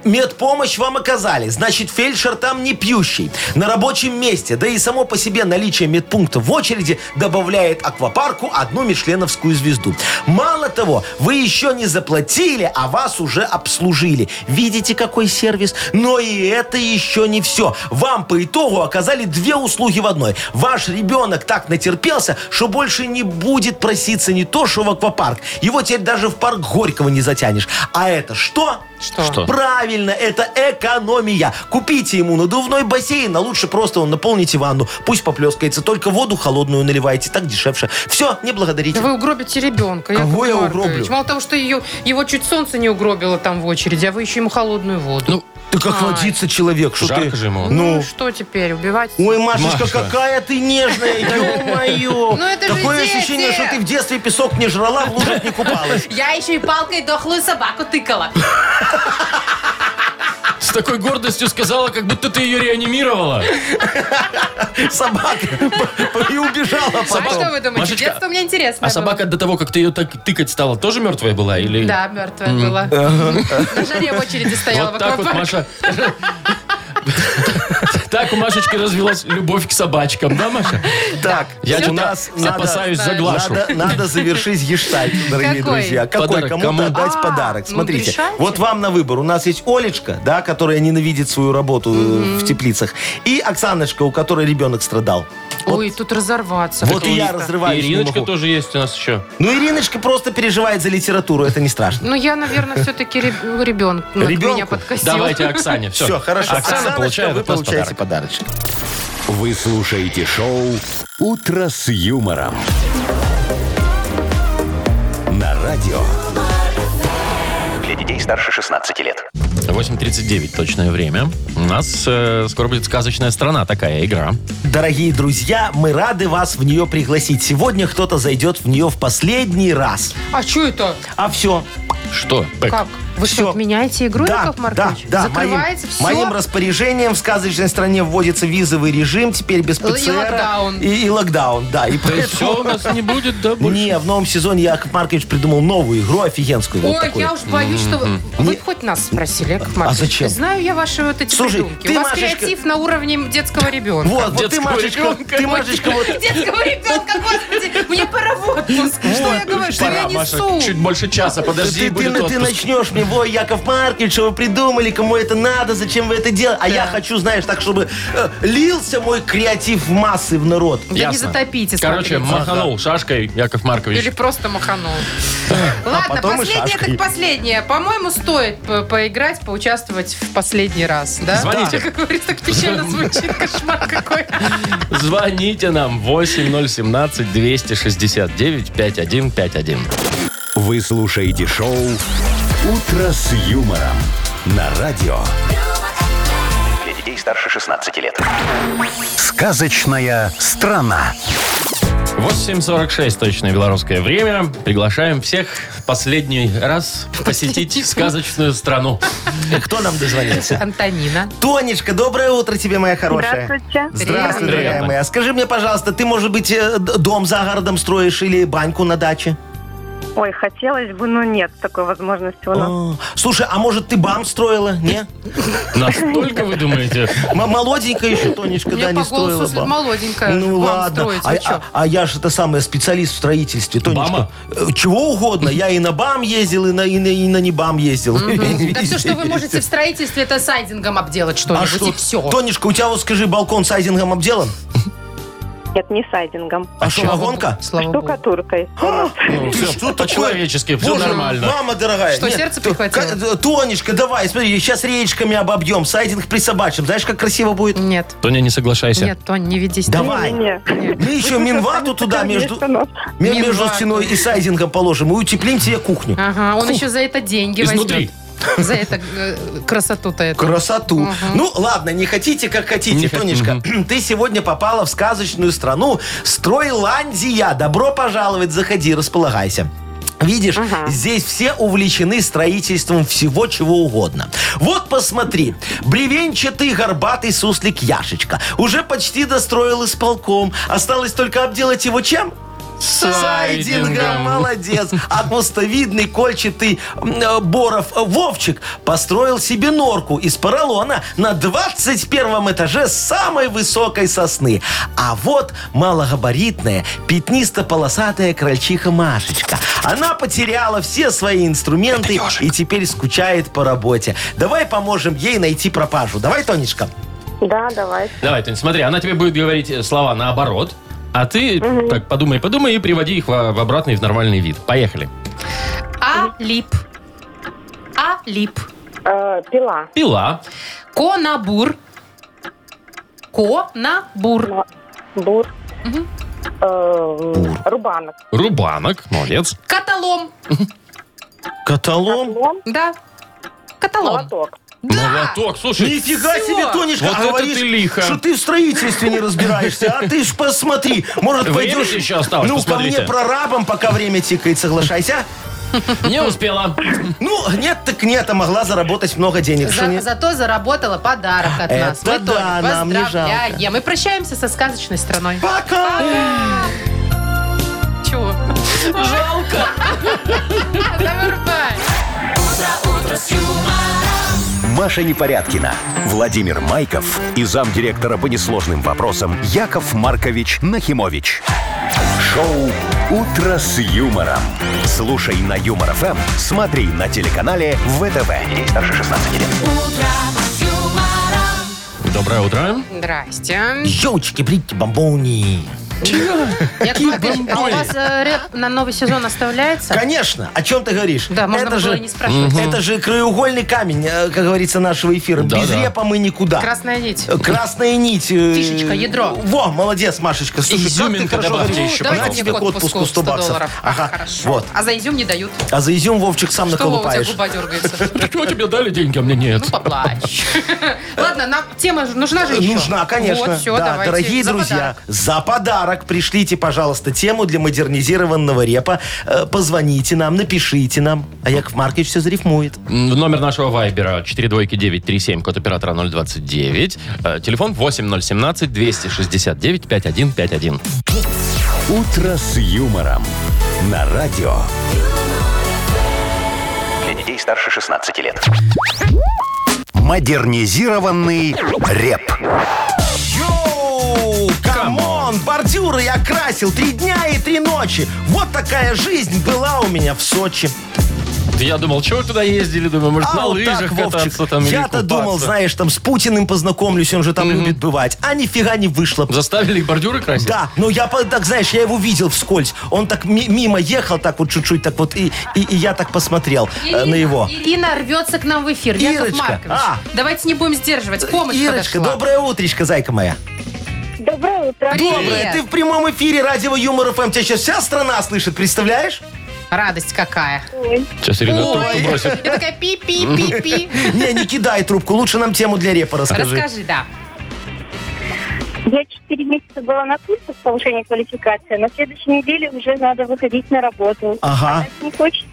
S4: Медпомощь вам оказали, значит, фельдшер там не пьющий. На рабочем месте, да и само по себе наличие медпункта в очереди добавляет аквапарку одну мишленовскую звезду. Мало того, вы еще не заплатили, а вас уже обслужили. Видите, какой сервис? Но и это еще не все. Вам по итогу оказали две услуги в одной. Ваш ребенок так натерпелся, что больше не будет проситься не то, что в аквапарк. Его теперь даже в парк Горького не затянешь. А это что?
S3: Что?
S2: Что?
S4: Правильно, это экономия. Купите ему надувной бассейн, а лучше просто он наполните ванну. Пусть поплескается, только воду холодную наливайте, так дешевше. Все, не благодарите.
S3: Да вы угробите ребенка. Яков
S4: Кого я
S3: Маркович.
S4: угроблю?
S3: Мало того, что ее, его чуть солнце не угробило там в очереди, а вы еще ему холодную воду.
S2: Ну,
S4: Ты как
S3: Ай.
S4: водится человек, что
S2: Жарко
S4: ты-
S2: же ему.
S4: Ну.
S3: что теперь, убивать?
S4: Ой, Машечка,
S2: Маша.
S4: какая ты
S3: [laughs]
S4: нежная, ё-моё.
S3: Ну это же
S4: Такое
S3: дети.
S4: ощущение, что ты в детстве песок не жрала, а в лужах не купалась.
S3: Я еще и палкой дохлую собаку
S4: [laughs]
S3: тыкала.
S2: С такой гордостью сказала, как будто ты ее реанимировала.
S4: Собака [laughs] п- п- и убежала
S3: А что
S4: потом.
S3: вы думаете?
S2: Машечка,
S3: Детство у меня интересное
S2: А
S3: было.
S2: собака до того, как ты ее так тыкать стала, тоже мертвая была? Или...
S3: Да, мертвая была. На жаре в очереди стояла в
S2: Вот так вот,
S3: аквапарке.
S2: Маша. [laughs] Так у Машечки развилась любовь к собачкам, да, Маша?
S4: Так,
S2: Я
S4: у
S2: чё-то
S4: нас надо...
S2: опасаюсь за Глашу.
S4: Надо, надо завершить
S2: [laughs]
S4: гештальт, дорогие
S3: Какой?
S4: друзья. Какой?
S2: Подарок
S4: Кому-то
S2: кому?
S4: отдать
S3: А,
S4: подарок.
S3: ну,
S4: Смотрите,
S3: решайте.
S4: вот вам на выбор. У нас есть Олечка, да, которая ненавидит свою работу э, в теплицах, и Оксаночка, у которой ребенок страдал.
S3: Ой, тут разорваться.
S4: Вот и я
S3: просто.
S2: И
S4: разрываюсь. не
S2: Ириночка
S4: могу.
S2: тоже есть у нас еще.
S4: Ну, Ириночка просто переживает за литературу, это не страшно.
S3: Ну, я, наверное, ну, все-таки ребенок
S4: Ребенку?
S3: меня подкосил.
S2: Давайте
S4: а?
S2: Оксане. Все,
S4: Все, хорошо.
S2: Оксана
S4: Оксаночка,
S2: получает
S4: вы
S2: от нас
S4: получаете
S2: подарок.
S4: подарочек.
S1: Вы слушаете шоу «Утро с юмором». На радио.
S5: Для детей старше 16 лет.
S2: 8.39 точное время. У нас э, скоро будет сказочная страна такая игра.
S4: Дорогие друзья, мы рады вас в нее пригласить. Сегодня кто-то зайдет в нее в последний раз.
S3: А что это?
S4: А все.
S2: Что? Бэк?
S3: Как? Вы что,
S4: Всё.
S3: отменяете игру,
S4: Да,
S3: Яков
S4: да,
S3: Маркович?
S4: да. Моим,
S3: Закрывается все?
S4: моим распоряжением в сказочной стране вводится визовый режим, теперь без
S3: И
S4: ПЦР.
S3: локдаун.
S4: И, и локдаун, да. И
S2: То есть все у
S4: поэтому-
S2: нас не будет, да, больше?
S4: Не, в новом сезоне Яков Маркович придумал новую игру офигенскую. вот
S3: Ой,
S4: такую.
S3: я уж боюсь, что вы... Вы хоть нас спросили, Яков Маркович.
S4: А зачем?
S3: Знаю я ваши вот эти
S4: Слушай,
S3: придумки.
S4: ты,
S3: У вас
S4: Машечка-
S3: креатив на уровне детского ребенка.
S4: Вот, вот ты,
S2: Детского
S4: Машечка,
S2: ребенка.
S4: ты, Машечка,
S3: [laughs]
S4: вот
S3: Детского ребенка, господи, мне пора в отпуск. Что [laughs] я говорю, что я
S2: Пора, Маша,
S3: несу?
S2: чуть больше часа, подожди,
S4: Ты, ты,
S2: будет
S4: ты
S2: отпуск.
S4: начнешь мне, вой, Яков Маркович, что вы придумали, кому это надо, зачем вы это делаете. А я хочу, знаешь, так, чтобы э, лился мой креатив в массы в народ.
S3: Да не
S2: Ясно.
S3: затопите,
S2: Короче,
S3: смотрите.
S2: маханул шашкой Яков Маркович.
S3: Или просто маханул. Ладно,
S4: А потом и
S3: последнее
S4: шашкой.
S3: так последнее. По-моему, стоит по- поиграть, поучаствовать в последний раз, да?
S2: Звоните.
S3: Как говорится, так
S4: [laughs]
S3: печально звучит, кошмар какой.
S2: Звоните нам 8017-269-5151.
S1: Вы слушаете шоу «Утро с юмором». На радио.
S5: Для детей старше 16 лет.
S1: «Сказочная страна».
S2: 8.46 точное белорусское время. Приглашаем всех в последний раз посетить сказочную страну.
S4: Кто нам дозвонился?
S3: Антонина.
S4: Тонечка, доброе утро тебе, моя хорошая.
S7: Здравствуйте.
S4: Здравствуй,
S2: Привет.
S4: дорогая моя. Скажи мне, пожалуйста, ты, может быть, э, д- дом за городом строишь или баньку на даче?
S7: Ой, хотелось бы, но нет такой возможности у нас.
S4: О, Слушай, а может, ты бам строила? Не?
S2: Настолько вы думаете?
S4: М- Молоденькая еще, Тонечка, да,
S3: Мне
S4: не
S3: по
S4: строила
S3: голосу
S4: бам.
S3: молоденькая.
S4: Ну
S3: Вам
S4: ладно.
S3: строить,
S4: а,
S3: вы чё?
S4: а- а я же это самое специалист в строительстве. Тонечка.
S2: Бама?
S4: Э, Чего угодно. Я и на БАМ ездил, и на, и на, и на небам ездил. [laughs]
S3: Да все, что вы можете в строительстве, это сайдингом обделать
S4: А
S3: что-нибудь,
S4: что?
S3: и все.
S4: Тонечка, у тебя вот скажи, балкон сайдингом обделан?
S7: Нет, не сайдингом.
S4: А, что, вагонка?
S3: Слава богу.
S4: [gasps]
S7: Штукатуркой.
S2: Ну,
S4: Ты
S2: всё
S4: что такое?
S2: по-человечески, все
S4: Боже,
S2: нормально.
S4: Мама дорогая.
S3: Что, сердце
S4: то-
S3: прихватило?
S4: ка- э, Тонечка, давай, смотри, сейчас речками обобьем, сайдинг присобачим. Знаешь, как красиво будет?
S3: Нет,
S2: Тоня, не соглашайся.
S3: нет, Тонь, не ведись.
S4: Давай. Мы еще минвату туда между, ме- между
S3: Минвату.
S4: стеной и сайдингом положим и утеплим тебе кухню.
S3: Ага, он еще за это деньги
S2: Изнутри.
S3: возьмет. За это э, красоту-то это.
S4: Красоту. Ну, ладно, не хотите, как хотите. Тонечка, ты сегодня попала в сказочную страну Стройландия. Добро пожаловать, заходи, располагайся. Видишь, здесь все увлечены строительством всего чего угодно. Вот посмотри, бревенчатый горбатый суслик Яшечка уже почти достроил исполком. Осталось только обделать его чем? Сайдингом, молодец. А мостовидный кольчатый м, э, Боров э, Вовчик построил себе норку из поролона на 21 этаже самой высокой сосны. А вот малогабаритная, пятнисто-полосатая крольчиха Машечка. Она потеряла все свои инструменты и теперь скучает по работе. Давай поможем ей найти пропажу. Давай, Тонечка.
S8: Да, давай.
S2: Давай, Тань, смотри, она тебе будет говорить э, слова наоборот, а ты так подумай, подумай и приводи их во- в обратный, в нормальный вид. Поехали.
S3: Алип. Алип.
S8: Э, пила.
S2: Пила,
S3: Конабур. Конабур.
S8: Бур. Э, Рубанок.
S2: рубанок, молодец.
S3: Каталом.
S4: Каталом?
S8: Лом.
S3: Да. Каталом.
S8: Молоток.
S2: Молоток, слушай.
S4: Нифига
S3: Всё.
S4: себе, Тонечка,
S2: Вот
S4: а
S2: это
S4: говоришь,
S2: ты лихо.
S4: что ты в строительстве не разбираешься, а ты ж посмотри. Может,
S2: Время
S4: пойдешь
S2: еще осталось,
S4: ну, ко
S2: посмотрите.
S4: мне прорабом, пока время тикает, соглашайся.
S2: Не успела.
S4: Ну, нет так нет, а могла заработать много денег. Что
S3: За-
S4: не-
S3: зато заработала подарок от
S4: Это
S3: нас. Мы, Толь,
S4: да, нам не
S3: поздравляем. Мы прощаемся со сказочной страной.
S4: Пока!
S3: Чего? [laughs] Жалко. Давай врубай.
S1: Маша Непорядкина, Владимир Майков и замдиректора по несложным вопросам Яков Маркович Нахимович. Шоу «Утро с юмором». Слушай на Юмор ФМ, смотри на телеканале ВТВ. Ей старше 16 лет.
S2: Доброе утро.
S3: Здрасте.
S4: Елочки, бритки, бомбони.
S3: Яков Маркович, а у вас э, рэп на новый сезон оставляется?
S4: Конечно, о чем ты говоришь?
S3: Да, можно
S4: это
S3: было
S4: же,
S3: и не спрашивать.
S4: Это же краеугольный камень, э, как говорится, нашего эфира.
S2: Да,
S4: Без
S2: да.
S4: репа мы никуда.
S3: Красная нить. Ну,
S4: Э, Красная нить. э,
S3: Фишечка, ядро.
S4: Во, молодец, Машечка. Слушай,
S2: Изюминка
S4: как ты хорошо
S2: добавьте
S4: говоришь.
S2: еще,
S4: На
S2: пожалуйста.
S4: тебе к отпуску 100 баксов. Ага,
S3: Хорошо.
S4: вот.
S3: А за изюм не дают.
S4: А за изюм Вовчик сам
S3: Что Вова, у тебя
S4: наколупаешь.
S3: губа дергается?
S2: Чего тебе дали деньги, а мне нет?
S3: Ну, поплачь. [laughs] Ладно, нам тема же нужна же еще.
S4: Э, Нужна, конечно.
S3: Вот, все,
S4: да,
S3: давайте.
S4: дорогие
S3: За
S4: друзья,
S3: подарок.
S4: за подарок пришлите, пожалуйста, тему для модернизированного репа. Э, Позвоните нам, напишите нам. А Яков Маркович все зарифмует.
S2: М, Номер нашего вайбера 42937, код оператора 029. Э, Телефон 8017-269-5151.
S1: «Утро с юмором» на радио.
S5: Для детей старше 16 лет.
S1: Модернизированный реп.
S4: Йоу, камон, бордюры я красил три дня и три ночи. Вот такая жизнь была у меня в Сочи.
S2: Я думал, чего вы туда ездили? Думаю, может,
S4: А
S2: на
S4: вот так,
S2: лыжах
S4: Вовчик,
S2: кататься там или
S4: Я-то думал,
S2: купаться.
S4: знаешь, там с Путиным познакомлюсь, он же там любит бывать. А нифига не вышло.
S2: Заставили их бордюры красить?
S4: Да, но я по- так, знаешь, я его видел вскользь. Он так ми- мимо ехал, так вот чуть-чуть, так вот, и, и, и я так посмотрел э, на его.
S3: Ирина рвется к нам в эфир. Яков
S4: Ирочка,
S3: Маркович,
S4: а.
S3: давайте не будем сдерживать. Помощь
S4: Ирочка,
S3: подошла.
S4: доброе утречко, зайка моя.
S8: Доброе утро.
S3: Привет.
S4: Доброе, ты в прямом эфире радио Юмор ФМ. Тебя сейчас вся страна слышит, представляешь?
S3: Радость какая.
S2: Сейчас Ирина
S4: Ой.
S2: трубку бросит.
S3: Я такая
S4: [laughs]
S3: пи-пи-пи-пи.
S4: Не, не кидай трубку, лучше нам тему для репа расскажи.
S3: Расскажи, да.
S8: Я четыре месяца была на курсах повышения квалификации. а На следующей неделе уже надо выходить на работу.
S4: Ага.
S8: Не хочется.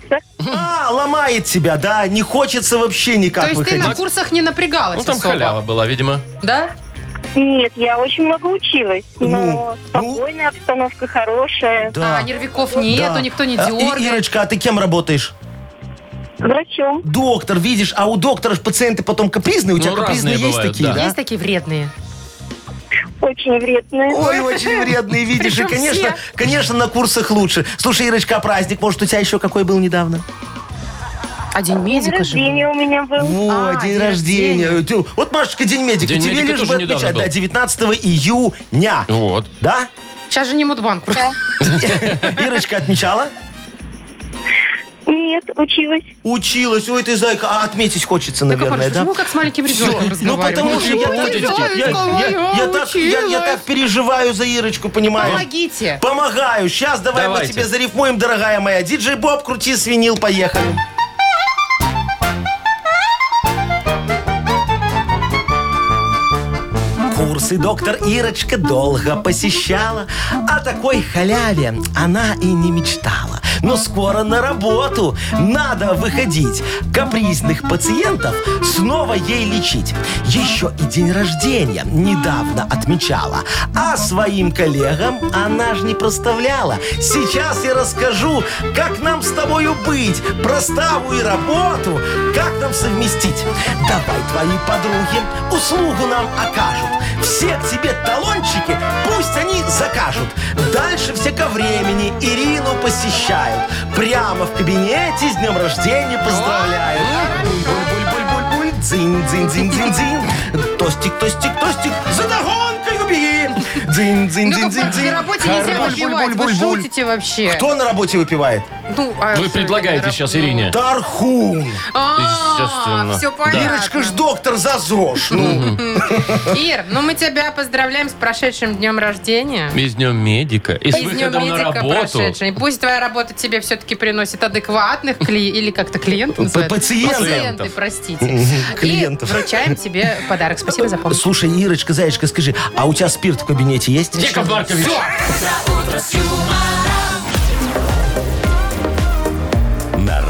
S4: А, ломает тебя, да? Не хочется вообще
S3: То
S4: никак
S3: есть ты на
S4: выходить.
S3: курсах не напрягалась
S2: Ну, там
S3: особо?
S2: халява была, видимо.
S3: Да?
S8: Нет, я очень много училась, но
S4: Ну, ну.
S8: спокойная обстановка хорошая.
S3: А, нервиков нету,
S4: Да.
S3: никто не
S4: А, и-
S3: дергает.
S4: Ирочка, а ты кем работаешь?
S8: Врачом.
S4: Доктор, видишь, а у доктора ж пациенты потом капризные, у
S2: Ну,
S4: тебя капризные
S2: разные
S4: есть
S2: бывают,
S4: такие,
S2: да.
S4: да?
S3: Есть такие вредные.
S8: Очень вредная.
S4: Ой, очень вредные, видишь. И,
S3: Причем
S4: конечно,
S3: все.
S4: конечно, на курсах лучше. Слушай, Ирочка, а праздник, может, у тебя еще какой был недавно?
S3: А день
S8: День
S3: медика же.
S8: рождения у меня был.
S4: О,
S3: А,
S4: день,
S3: день
S4: рождения.
S3: рождения.
S4: Ты- Вот, Машечка, день медика.
S2: День
S4: Тебе
S2: медика
S4: лишь
S2: тоже
S4: бы
S2: недавно
S4: отмечать.
S2: был.
S4: Да, 19 июня.
S2: Вот.
S4: Да?
S3: Сейчас же не Мудбанк.
S4: Ирочка отмечала?
S8: Нет, училась.
S4: Училась. Ой, ты зайка. А отметить хочется,
S3: Яков
S4: наверное,
S3: Маркович,
S4: да?
S3: Почему как с маленьким ребенком
S4: Ну, потому что я
S3: разговариваете?
S4: так-
S3: Ой,
S4: я-
S3: Зоечка
S4: я- я- я
S3: моя,
S4: так- я- я так
S3: училась.
S4: переживаю за Ирочку, понимаешь?
S3: Помогите.
S4: Помогаю. Сейчас давай
S2: Давайте.
S4: мы тебе зарифмуем, дорогая моя. Диджей Боб, крути свинил, поехали. Курсы доктор Ирочка долго посещала. О такой халяве она и не мечтала. Но скоро на работу надо выходить. Капризных пациентов снова ей лечить. Еще и день рождения недавно отмечала. А своим коллегам она ж не проставляла. Сейчас я расскажу, как нам с тобою быть. Проставу и работу, как нам совместить. Давай твои подруги услугу нам окажут. Все к тебе талончики, пусть они закажут. Дальше все ко времени Ирину посещают. Прямо в кабинете с днем рождения поздравляют. Буль-буль-буль-буль-буль, дзынь-дзынь-дзынь-дзынь. Тостик, тостик, тостик, за догонкой беги.
S3: Ну, на
S4: Дзынь-дзынь-дзынь-дзынь.
S3: работе нельзя выпивать. Вы шутите вообще.
S4: Кто на работе выпивает?
S3: Ну, а
S2: Вы
S3: что,
S2: предлагаете
S3: наверное,
S2: сейчас Ирине.
S4: Тархун.
S3: А,
S2: Естественно.
S3: все понятно.
S4: Ирочка ж доктор за ЗОЖ. Ну,
S3: Ир, ну мы тебя поздравляем с прошедшим днем рождения.
S2: И с днем медика. И с
S3: И с днем
S2: выходом на
S3: медика
S2: работу.
S3: прошедшим. Пусть твоя работа тебе все-таки приносит адекватных кли... или как-то клиентов называют?
S4: пациентов.
S3: Пациенты, простите.
S4: клиентов.
S3: И вручаем тебе подарок. Спасибо за помощь.
S4: Слушай, Ирочка, Заячка, скажи, а у тебя спирт в кабинете есть?
S2: Яков Маркович.
S1: На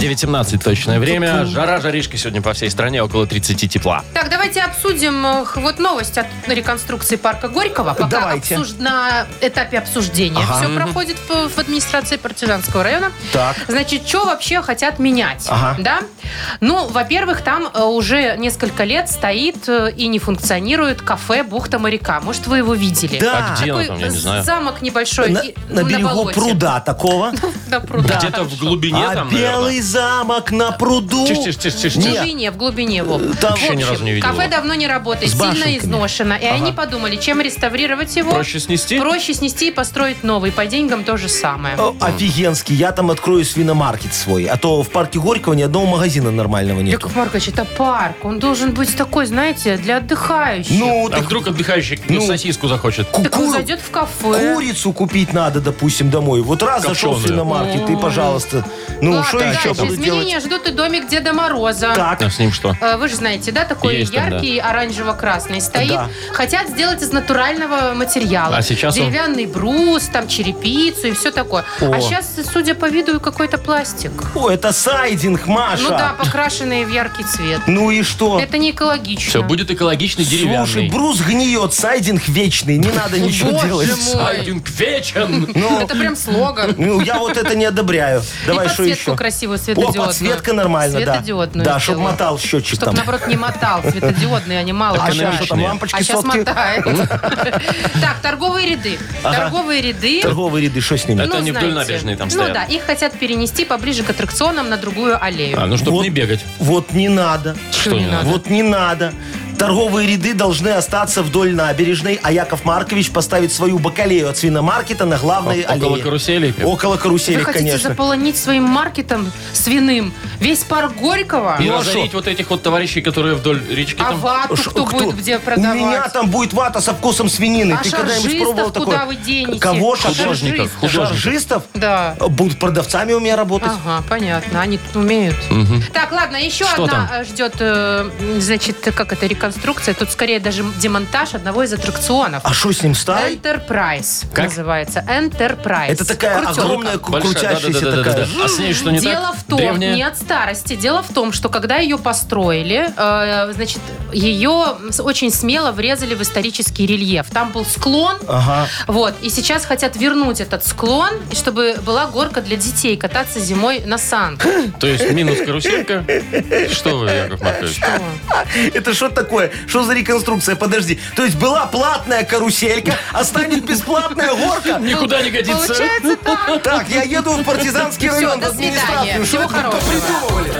S2: 9.17 точное время. Жара, жаришка сегодня по всей стране около 30 тепла.
S3: Так, давайте обсудим э, х- вот новость от реконструкции парка Горького. Пока
S4: Давайте.
S3: обсуж- на этапе обсуждения все проходит в, в администрации партизанского района.
S4: Так.
S3: Значит, что вообще хотят менять?
S4: Ага.
S3: Да? Ну, во-первых, там э, уже несколько лет стоит э, и не функционирует кафе «Бухта моряка». Может, вы его видели?
S2: А
S4: Да.
S2: где она
S3: Такой
S2: там, я не знаю.
S3: замок небольшой
S4: На,
S3: и-
S4: на берегу
S3: болоте.
S4: пруда такого.
S3: На пруда.
S2: Где-то в глубине
S4: а
S2: там,
S4: белый замок на пруду.
S2: Тише, тише, тише, тише.
S3: В
S4: Нет. Э,
S3: глубине, в глубине, вот.
S4: Там
S2: Вообще ни
S3: В
S2: разу не
S3: общем,
S2: видел.
S3: Кафе
S2: его.
S3: давно не работает,
S4: С
S3: сильно
S4: башенками.
S3: изношено. И они подумали, чем реставрировать его.
S2: Проще снести? А
S3: Проще снести и построить новый. По деньгам то же самое.
S4: О, Офигенский, я там открою свиномаркет свой. А то в парке Горького ни одного магазина нормального нету.
S3: Яков Маркович, это парк. Он должен быть такой, знаете, для отдыхающих.
S4: Ну,
S2: А
S4: так
S2: вдруг отдыхающий ну,
S4: Ну.
S2: сосиску захочет?
S3: так
S4: куру-
S3: он зайдет в кафе.
S4: курицу купить надо, допустим, домой. Вот раз зашел в
S2: Копченую.
S4: свиномаркет, и, пожалуйста. Ну,
S3: Ладно,
S4: что
S3: дальше.
S4: еще буду делать?
S3: Изменения ждут и домик Деда Мороза.
S4: Так,
S2: А с ним что?
S3: Э, Вы же знаете, да, такой
S2: Есть там,
S3: яркий оранжево-красный стоит.
S4: Да.
S3: Хотят сделать из натурального материала.
S2: А сейчас он-
S3: Деревянный брус, там черепицу и все такое.
S4: О.
S3: А сейчас, судя по виду, какой-то пластик.
S4: о, это сайдинг, Маша.
S3: Ну да, покрашенные в яркий цвет.
S4: Ну и что?
S3: Это не экологично.
S2: Все, будет экологичный
S4: Слушай,
S2: деревянный.
S4: брус гниет, сайдинг вечный, не надо ничего
S3: боже
S4: делать.
S3: мой.
S2: Сайдинг вечен.
S3: Это прям слоган.
S4: Ну, я вот это не одобряю. Давай,
S3: и
S4: что
S3: подсветку
S4: еще?
S3: красивую
S4: О,
S3: светодиодную.
S4: подсветка нормально, да.
S3: Светодиодную
S4: Да, чтобы
S3: сделаю.
S4: мотал счетчик
S3: Чтобы,
S4: там.
S3: наоборот, не мотал. Светодиодные, они мало.
S4: А сейчас что там,
S2: экономичные.
S4: лампочки
S3: А сейчас
S4: сотки?
S3: мотает. Так, торговые ряды. Торговые ряды. ну,
S4: Торговые ряды, что с ними?
S2: Это они вдоль
S3: знаете.
S2: набережной там стоят.
S3: Ну да, их хотят перенести поближе к аттракционам на другую аллею.
S2: А, ну чтобы
S4: Вот.
S2: не бегать.
S4: Вот не надо.
S2: Что не надо?
S4: Вот не надо. Торговые ряды должны остаться вдоль набережной, а Яков Маркович поставит свою бакалею от свиномаркета на главной
S2: О- около
S4: аллее.
S2: каруселей?
S4: Около
S3: Вы
S4: карусели,
S3: хотите
S4: конечно.
S3: заполонить своим маркетом свиным весь парк Горького?
S2: И
S4: Ну, а
S2: разорить вот этих вот товарищей, которые вдоль речки
S3: А
S2: там...
S3: вату
S4: Ш-
S3: кто, будет где продавать?
S4: У меня там будет вата со вкусом свинины.
S3: А
S4: Ты когда-нибудь
S3: шаржистов
S4: пробовал такое?
S3: куда вы денете?
S4: Кого?
S2: Художников,
S3: Шаржистов.
S2: художников.
S4: Шаржистов?
S3: Да.
S4: Будут продавцами у меня работать.
S3: Ага, понятно. Они тут умеют. Так, ладно, еще
S2: Что
S3: одна
S2: там?
S3: э, ждет, э, значит, как это, реконструкция. Тут скорее даже демонтаж одного из аттракционов.
S4: А что с ним старый?
S3: Enterprise
S2: Как?
S3: называется. Enterprise.
S4: Это такая
S3: Крутенок.
S4: огромная ку-
S2: Большая,
S4: крутящаяся
S2: да-да-да-да-да-да.
S4: такая.
S2: А с ней что не
S3: дело
S2: так?
S3: в том,
S2: Древняя?
S3: не от старости, дело в том, что когда ее построили, э, значит, ее с- очень смело врезали в исторический рельеф. Там был склон,
S4: Ага.
S3: вот, и сейчас хотят вернуть этот склон, и чтобы была горка для детей кататься зимой на санках.
S2: То есть минус каруселька? Что вы, Яков Маркович?
S4: Это что такое? Что за реконструкция? Подожди. То есть была платная каруселька, а станет бесплатная горка?
S2: Никуда не годится.
S3: Получается так.
S4: Так, я еду в партизанский
S3: Всё,
S4: район, в
S3: до свидания.
S4: администрацию. Что
S3: Всего
S4: это
S3: хорошего.
S4: придумывали?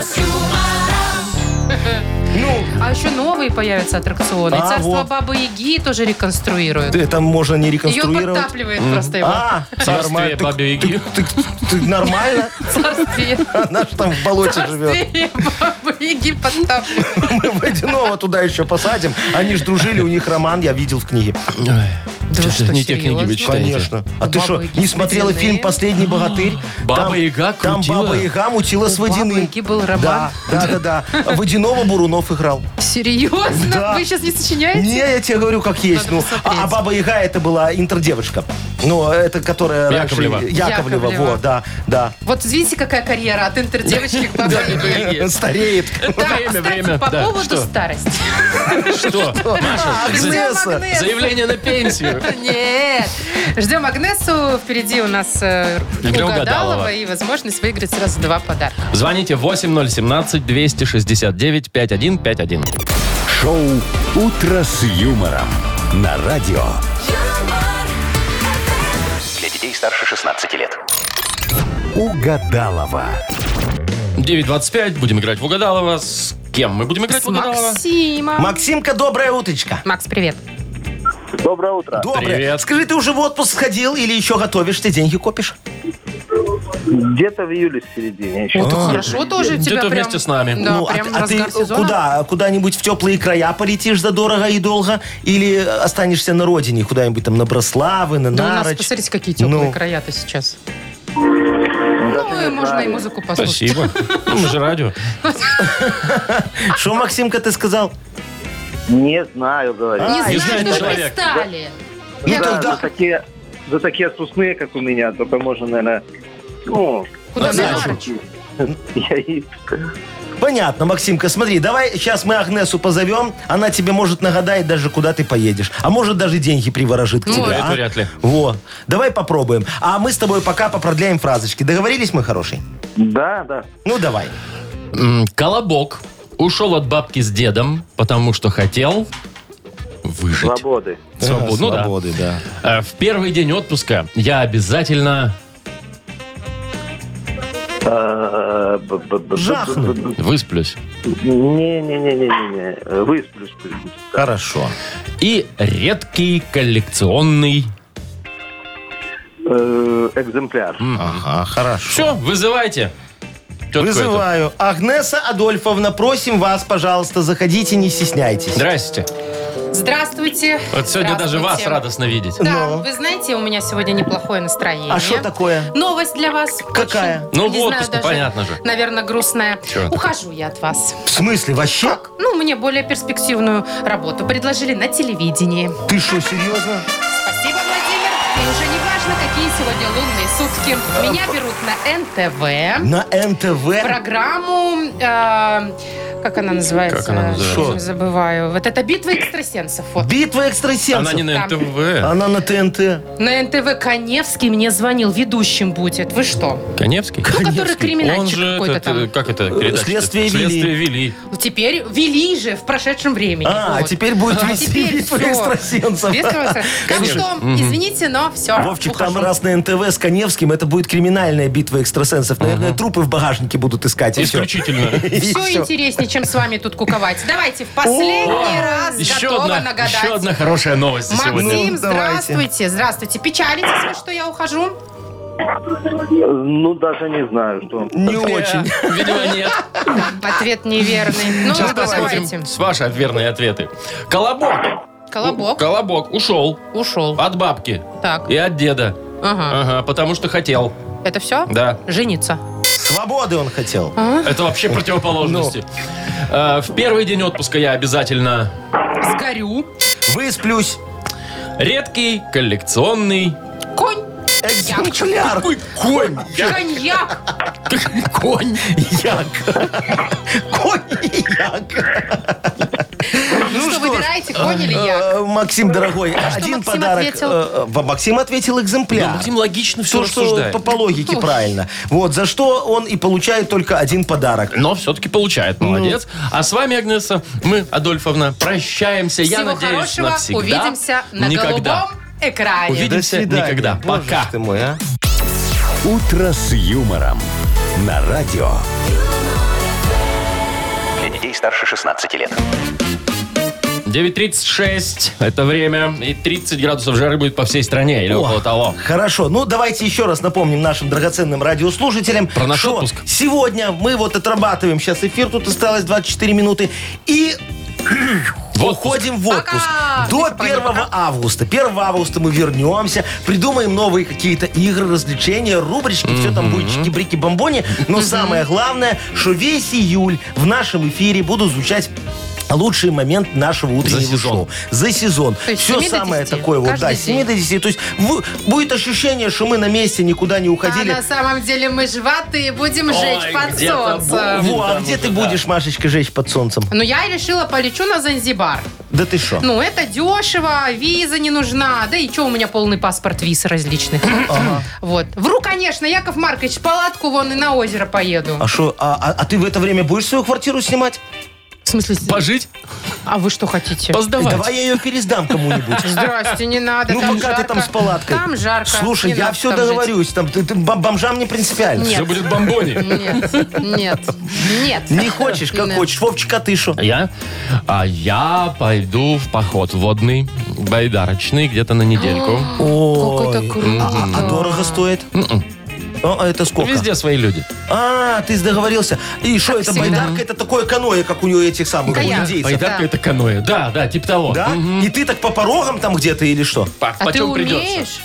S3: А еще новые появятся аттракционы. И
S4: А,
S3: Царство
S4: вот.
S3: Бабы Яги тоже реконструируют.
S4: Ну, Это можно не
S3: Ее
S4: реконструировать.
S3: подтапливает просто его.
S4: А,
S2: Царствие бабе Яги.
S4: Ты, ты нормально? [laughs]
S3: Царствие.
S4: Она же там в болоте [laughs] живет.
S3: Царствие Бабы Яги подтапливает.
S4: Мы водяного туда еще посадим. Они ж дружили, у них роман, я видел в книге.
S3: Да вы
S2: Что-то
S3: что,
S2: не тех книги
S3: серьезно?
S2: вы читаете.
S4: Конечно. А ты
S3: Бабы
S4: что,
S3: Яги
S4: не смотрела
S3: водяные?
S4: фильм «Последний богатырь»?
S2: Баба
S4: Там-
S2: Яга
S4: Там
S2: крутила?
S4: Баба Яга мутила с
S3: У Бабы
S4: водяным.
S3: Яги был роман?
S4: Да, да, да, да. А Водяного Бурунов играл.
S3: Серьезно?
S4: Да.
S3: Вы сейчас не сочиняете?
S4: Не, я тебе говорю, как есть.
S3: Надо
S4: Ну,
S3: посмотреть.
S4: а, а Баба Яга это была интердевочка. Ну, это которая
S2: Яковлева.
S4: раньше... Яковлева.
S3: Яковлева.
S4: во, да, да.
S3: Вот видите, какая карьера от интердевочки к бабе Яге.
S4: [laughs] Стареет.
S3: Да,
S2: Время,
S3: кстати,
S2: время.
S3: по
S2: Да,
S3: поводу
S2: что?
S3: старости. [laughs]
S2: Что?
S3: А
S2: Маша, за-
S4: Агнеса.
S3: Агнеса.
S2: заявление на пенсию.
S3: Нет. Ждем Агнесу. Впереди у нас э,
S2: Игра
S3: угадалова
S2: угадалова.
S3: и возможность выиграть сразу два подарка.
S2: Звоните 8017-269-5151.
S1: Шоу «Утро с юмором» на радио.
S9: юмор,
S5: Для детей старше 16 лет.
S1: Угадалова.
S2: 9.25. Будем играть в Угадалова. С кем мы будем играть
S3: С
S2: в Угадалова?
S3: Максимом.
S4: Максимка, доброе уточка.
S3: Макс, привет.
S6: Доброе утро.
S4: Доброе.
S2: Привет.
S4: Скажи, ты уже в отпуск сходил или еще готовишь? Ты деньги копишь?
S6: Где-то в июле в середине еще.
S3: Ну, Хорошо тоже у тебя
S2: Где-то
S3: прям-
S2: вместе с нами.
S3: Да,
S4: Ну, а,
S3: прям
S4: а ты
S3: разгар сезона.
S4: куда? Куда-нибудь в теплые края полетишь задорого и долго? Или останешься на родине куда-нибудь там на Брославы, на
S3: Да Ну, у нас,
S4: Нарочь?
S3: посмотрите, какие теплые
S4: Ну.
S3: края-то сейчас. Ну, и можно и музыку послушать.
S2: Спасибо. Ну, мы же радио.
S4: Что, Максимка, ты сказал?
S6: Не знаю, говорю.
S3: Не
S4: А,
S2: не
S3: знаю,
S2: знает
S3: что вы
S2: человек.
S3: стали.
S4: Ну,
S6: Да,
S4: тогда-
S6: за такие, за такие сусные, как у меня, тогда можно, наверное, ну,
S3: Куда
S4: Ну,
S3: на
S4: знаешь,
S3: Нарочь?
S6: я и...
S4: Понятно, Максимка, смотри, давай сейчас мы Агнесу позовем, она тебе может нагадает даже, куда ты поедешь. А может даже деньги приворожит к
S3: Ну,
S4: тебе.
S2: это
S4: а?
S2: вряд ли.
S4: Во, давай попробуем. А мы с тобой пока попродляем фразочки. Договорились, мой хороший?
S6: Да, да.
S4: Ну, давай.
S2: М, Колобок ушел от бабки с дедом, потому что хотел выжить.
S6: Свободы.
S2: Свободу. Ну да.
S4: Свободы, да.
S2: Э, В первый день отпуска я обязательно
S6: Э, б- б- б-
S4: Жахну.
S6: б- б-
S2: высплюсь.
S6: Не-не-не-не-не. Высплюсь. высплюсь.
S4: Хорошо.
S2: И редкий коллекционный.
S6: Э, Экземпляр.
S4: Ага, хорошо.
S2: Все, вызывайте. Тетку эту.
S4: Вызываю. Агнеса Адольфовна, просим вас, пожалуйста, заходите, не стесняйтесь.
S2: Здрасте.
S3: Здравствуйте.
S2: Вот сегодня даже вас
S3: Здравствуйте.
S2: радостно видеть.
S3: Да,
S4: Ну.
S3: вы знаете, у меня сегодня неплохое настроение.
S4: А что такое?
S3: Новость для вас.
S4: Какая?
S3: Очень,
S2: Ну,
S3: не
S2: в
S3: знаю
S2: отпуске,
S3: даже,
S2: понятно же.
S3: Наверное, грустная.
S2: Чё это?
S3: Ухожу я от вас.
S4: В смысле, вообще?
S3: Ну, мне более перспективную работу предложили на телевидении.
S4: Ты что, серьезно?
S3: Спасибо, Владимир. И уже не важно, какие сегодня лунные сутки. Меня берут на НТВ.
S4: На НТВ?
S3: Программу... э, как она называется?
S2: Как она называется?
S3: Что? Забываю. Вот это «Битва экстрасенсов». Вот.
S4: Битва экстрасенсов.
S2: Она не на
S3: Там.
S2: НТВ.
S4: Она на ТНТ.
S3: На НТВ Коневский мне звонил. Ведущим будет. Вы что?
S4: А?
S2: Коневский?
S3: Ну, который
S2: Он
S3: криминальчик
S2: же
S3: какой-то
S2: этот, э,
S3: там.
S2: как это, передача?
S4: «Следствие вели». Ну
S2: Следствие вели.
S3: Теперь вели же в прошедшем времени.
S4: э, А,
S3: Вот.
S4: теперь будет
S3: А
S4: вести
S3: теперь
S4: битва
S3: всё.
S4: экстрасенсов.
S3: Без экстрасенсов.
S4: [laughs]
S3: Так
S2: Конечно.
S3: что, извините, но все.
S4: Вовчик, там раз на НТВ с Коневским, это будет криминальная битва экстрасенсов. Наверное, трупы в багажнике будут искать. и всё.
S2: Исключительно.
S4: [laughs] И
S3: Все
S4: всё.
S3: интереснее, чем с вами тут куковать. Давайте в последний раз
S2: Еще
S3: готовы
S2: одна,
S3: нагадать.
S2: еще одна хорошая новость за сегодня.
S3: Максим,
S4: Ну, давайте.
S3: здравствуйте, здравствуйте. Печалитесь вы, что я ухожу?
S6: Ну, даже не знаю, что.
S4: Не очень.
S2: Видимо, нет.
S3: Ответ неверный. Ну,
S2: А. Сейчас
S3: давайте.
S2: посмотрим с ваши верные ответы. Колобок.
S3: Колобок
S2: Колобок ушел
S3: ушел.
S2: от бабки
S3: Так,
S2: и от деда.
S3: ага.
S2: Ага, потому что хотел.
S3: Это все?
S2: А. Да.
S3: Жениться.
S4: Свободы он хотел.
S2: Это вообще
S4: Ну.
S2: противоположности. Э, В первый день отпуска я обязательно
S3: Сгорю.
S4: Высплюсь.
S2: редкий коллекционный
S3: Конь.
S4: Экземпляр.
S2: Ой, конь. [laughs]
S3: Коньяк.
S2: Конь.
S4: Як. Коньяк.
S3: Ну что,
S4: что ж.
S3: выбираете, конь или я?
S4: Э, Максим, дорогой, один
S3: Максим
S4: подарок.
S3: ответил?
S4: э, э, Максим ответил экземпляр.
S2: Максим логично все
S4: То, что
S2: рассуждает. Ну,
S4: по, по логике
S3: Ой.
S4: правильно. Вот, за что он и получает только один подарок.
S2: Но все-таки получает. Молодец. А с вами, Агнеса, мы, Адольфовна, прощаемся. Я
S3: Всего
S2: надеюсь,
S3: хорошего.
S2: навсегда.
S3: Увидимся на
S2: Никогда.
S3: голубом экране.
S2: Увидимся. никогда.
S4: Боже ж
S2: Пока.
S4: ты мой, а.
S1: «Утро с юмором» на радио.
S5: Для детей старше 16 лет.
S2: 9.36. Это время. И 30 градусов жары будет по всей стране. Или
S4: О,
S2: около того.
S4: Хорошо. Ну, давайте еще раз напомним нашим драгоценным радиослушателям,
S2: Про наш
S4: что
S2: отпуск.
S4: сегодня мы вот отрабатываем сейчас эфир. Тут осталось 24 минуты. И
S2: В отпуск.
S4: Уходим в отпуск.
S3: Пока.
S4: До
S3: Миша,
S4: 1
S3: пока.
S4: августа. 1 августа мы вернемся, придумаем новые какие-то игры, развлечения, рубрички, все там будет чики-брики бомбони. Но самое главное, что весь июль в нашем эфире будут звучать лучший момент нашего утреннего
S2: сезон.
S4: шоу. За сезон.
S3: То есть с
S4: Все
S3: 7 до
S4: самое
S3: 10?
S4: такое вот, да,
S3: Каждый
S4: с 7
S3: день?
S4: до 10. То есть вы- будет ощущение, что мы на месте никуда не
S3: А
S4: уходили.
S3: на самом деле мы жватые будем жечь под
S2: где-то
S3: солнцем.
S4: Во, а
S2: Там
S4: где
S2: уже,
S4: ты
S2: да.
S4: будешь, Машечка, жечь под солнцем?
S3: Ну, я решила, полечу на Занзибар.
S4: Да ты что?
S3: Ну, это дешево, виза не нужна. Да и что, у меня полный паспорт виз различных. Вот. Вру, конечно, Яков Маркович, в палатку вон и на озеро поеду.
S4: А, шо, а, а- а ты в это время будешь свою квартиру снимать?
S3: В смысле? с-
S2: Пожить,
S3: А вы что хотите?
S2: поздавать.
S4: Давай я ее пересдам кому-нибудь.
S3: Здрасте, не надо.
S4: Ну,
S3: там
S4: пока ты
S3: жарко.
S4: там с палаткой.
S3: Там жарко.
S4: Слушай,
S3: не
S4: я
S3: надо
S4: все
S3: там жить.
S4: договорюсь. Там, ты, ты бом- бомжам не принципиально.
S3: Нет.
S2: Все будет бомбони.
S3: Нет, нет, нет.
S4: Не хочешь, как
S3: Нет.
S4: хочешь. Вовчик, а ты шо?
S2: Я? А я пойду в поход водный, байдарочный, где-то на недельку.
S4: Ой.
S3: Как это круто.
S4: А, а дорого стоит?
S3: М-м.
S4: А а это сколько?
S2: Везде свои люди.
S4: А, ты договорился. И что, это
S3: всегда.
S4: байдарка, это такое каноэ, как у нее этих самых, у
S3: Каяк.
S4: индейцев.
S2: Байдарка это каноэ. Да, да, типа того.
S4: Да? И ты так по порогам там где-то или что?
S2: По-
S3: А ты
S2: почем придется?
S3: умеешь?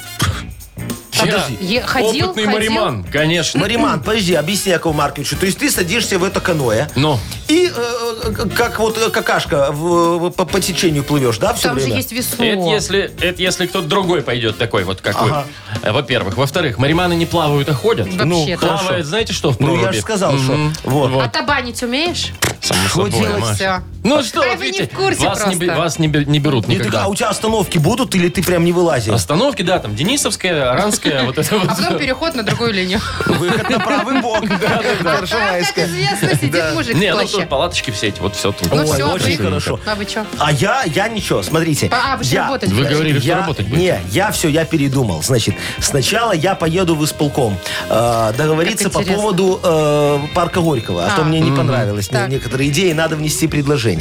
S2: Я
S3: Е- ходил,
S2: Опытный
S3: ходил?
S2: мариман, конечно.
S4: Мариман, подожди, объясни Якову Марковичу. То есть ты садишься в это каноэ,
S2: Но
S4: И э, к- как вот э, какашка в- в- по, по течению плывешь, да, все
S3: Там же
S4: время?
S3: есть весло.
S2: это если, это если кто-то другой пойдет такой вот, как вы. Э, Во-первых. Во-вторых, мариманы не плавают, а ходят.
S3: Вообще-то.
S2: плавают, знаете что, в
S4: Ну,
S2: проруби?
S4: я же сказал, что...
S2: Мгм.
S4: Вот.
S3: А табанить умеешь?
S2: Само собой,
S4: делать
S2: Маш.
S3: Все.
S2: Ну что,
S3: Ай,
S2: вот
S3: вы не
S2: видите,
S3: в курсе
S2: вас, не, бе-
S3: просто.
S2: вас не, бе- не берут
S4: И ты-
S2: никогда.
S4: а у тебя остановки будут или ты прям не вылазишь?
S2: Остановки, да, там Денисовская, Аранская, вот это вот.
S3: А потом переход на другую линию.
S4: Выход на правый
S2: [laughs]
S4: бок. [laughs] Да,
S3: А, Как известно, сидит мужик в
S2: Не, ну тут
S3: плаще.
S2: палаточки все эти, вот все тут.
S3: Ну
S4: Ой,
S3: все,
S4: очень
S3: прикольно.
S4: хорошо.
S3: А вы что?
S4: А я, я ничего, смотрите.
S3: А, вы же
S4: я,
S3: работать Вы
S2: будете. говорили, что работать будете.
S4: Не, я все, я передумал. Значит, сначала я поеду в исполком э, договориться
S3: Как
S4: по
S3: интересно.
S4: поводу э, парка Горького, а, то
S3: А.
S4: мне не понравилось не-
S3: Так.
S4: некоторые идеи, надо внести предложение.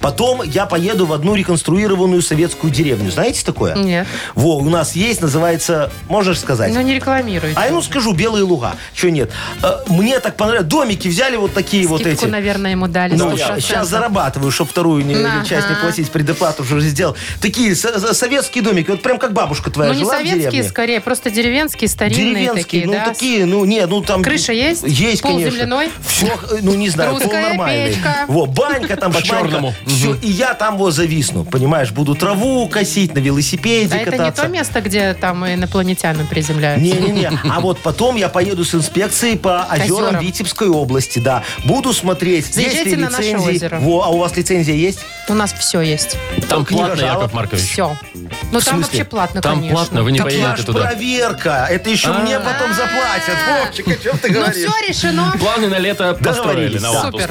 S4: Потом я поеду в одну реконструированную советскую деревню. Знаете такое?
S3: Нет.
S4: Во, у нас есть, называется, можешь сказать?
S3: Ну не рекламируйте.
S4: А я ну скажу, белые луга. Че нет? Э, Мне так понравилось. Домики взяли вот такие вот
S3: Скидку,
S4: эти.
S3: наверное, ему дали. а
S4: Ну,
S3: 100%.
S4: сейчас зарабатываю, чтобы вторую не,
S3: Ага.
S4: часть не платить, предоплату уже сделал. Такие со- со- советские домики, вот прям как бабушка твоя
S3: Ну не
S4: жила в
S3: советские,
S4: деревне.
S3: скорее, просто деревенские, старинные
S4: Деревенские,
S3: такие,
S4: ну
S3: да?
S4: такие, ну не, ну там...
S3: Крыша есть?
S4: Есть,
S3: Пол
S4: конечно.
S3: земляной?
S4: Все, ну не знаю, пол
S3: Русская
S4: нормальный.
S3: печка.
S4: Во, банька там, башманка.
S2: чёрному.
S4: Все, и я там вот зависну, понимаешь, буду траву косить, на велосипеде
S3: А это не
S4: кататься.
S3: то место, где там инопланетяны приземляются?
S4: Не-не-не. А вот потом я поеду с инспекцией по озерам,
S3: озерам.
S4: Витебской области, да. Буду смотреть,
S3: Заезжайте
S4: есть ли
S3: на наше
S4: лицензии.
S3: озеро.
S4: Во, а у вас лицензия есть?
S3: У нас все есть.
S2: Там
S4: книга
S2: платно,
S4: жалоб.
S2: Яков Маркович.
S3: Все. Ну там
S4: смысле?
S3: вообще платно,
S2: Там
S3: конечно.
S2: платно, вы не
S4: так я
S2: поедете
S4: ж
S2: туда.
S4: проверка. Это еще мне потом заплатят. Вовчик, о чем ты
S3: Ну
S4: говоришь?
S3: все решено.
S2: Планы на лето построили
S4: Договорились,
S2: на
S4: да.
S2: отпуск.
S3: Супер.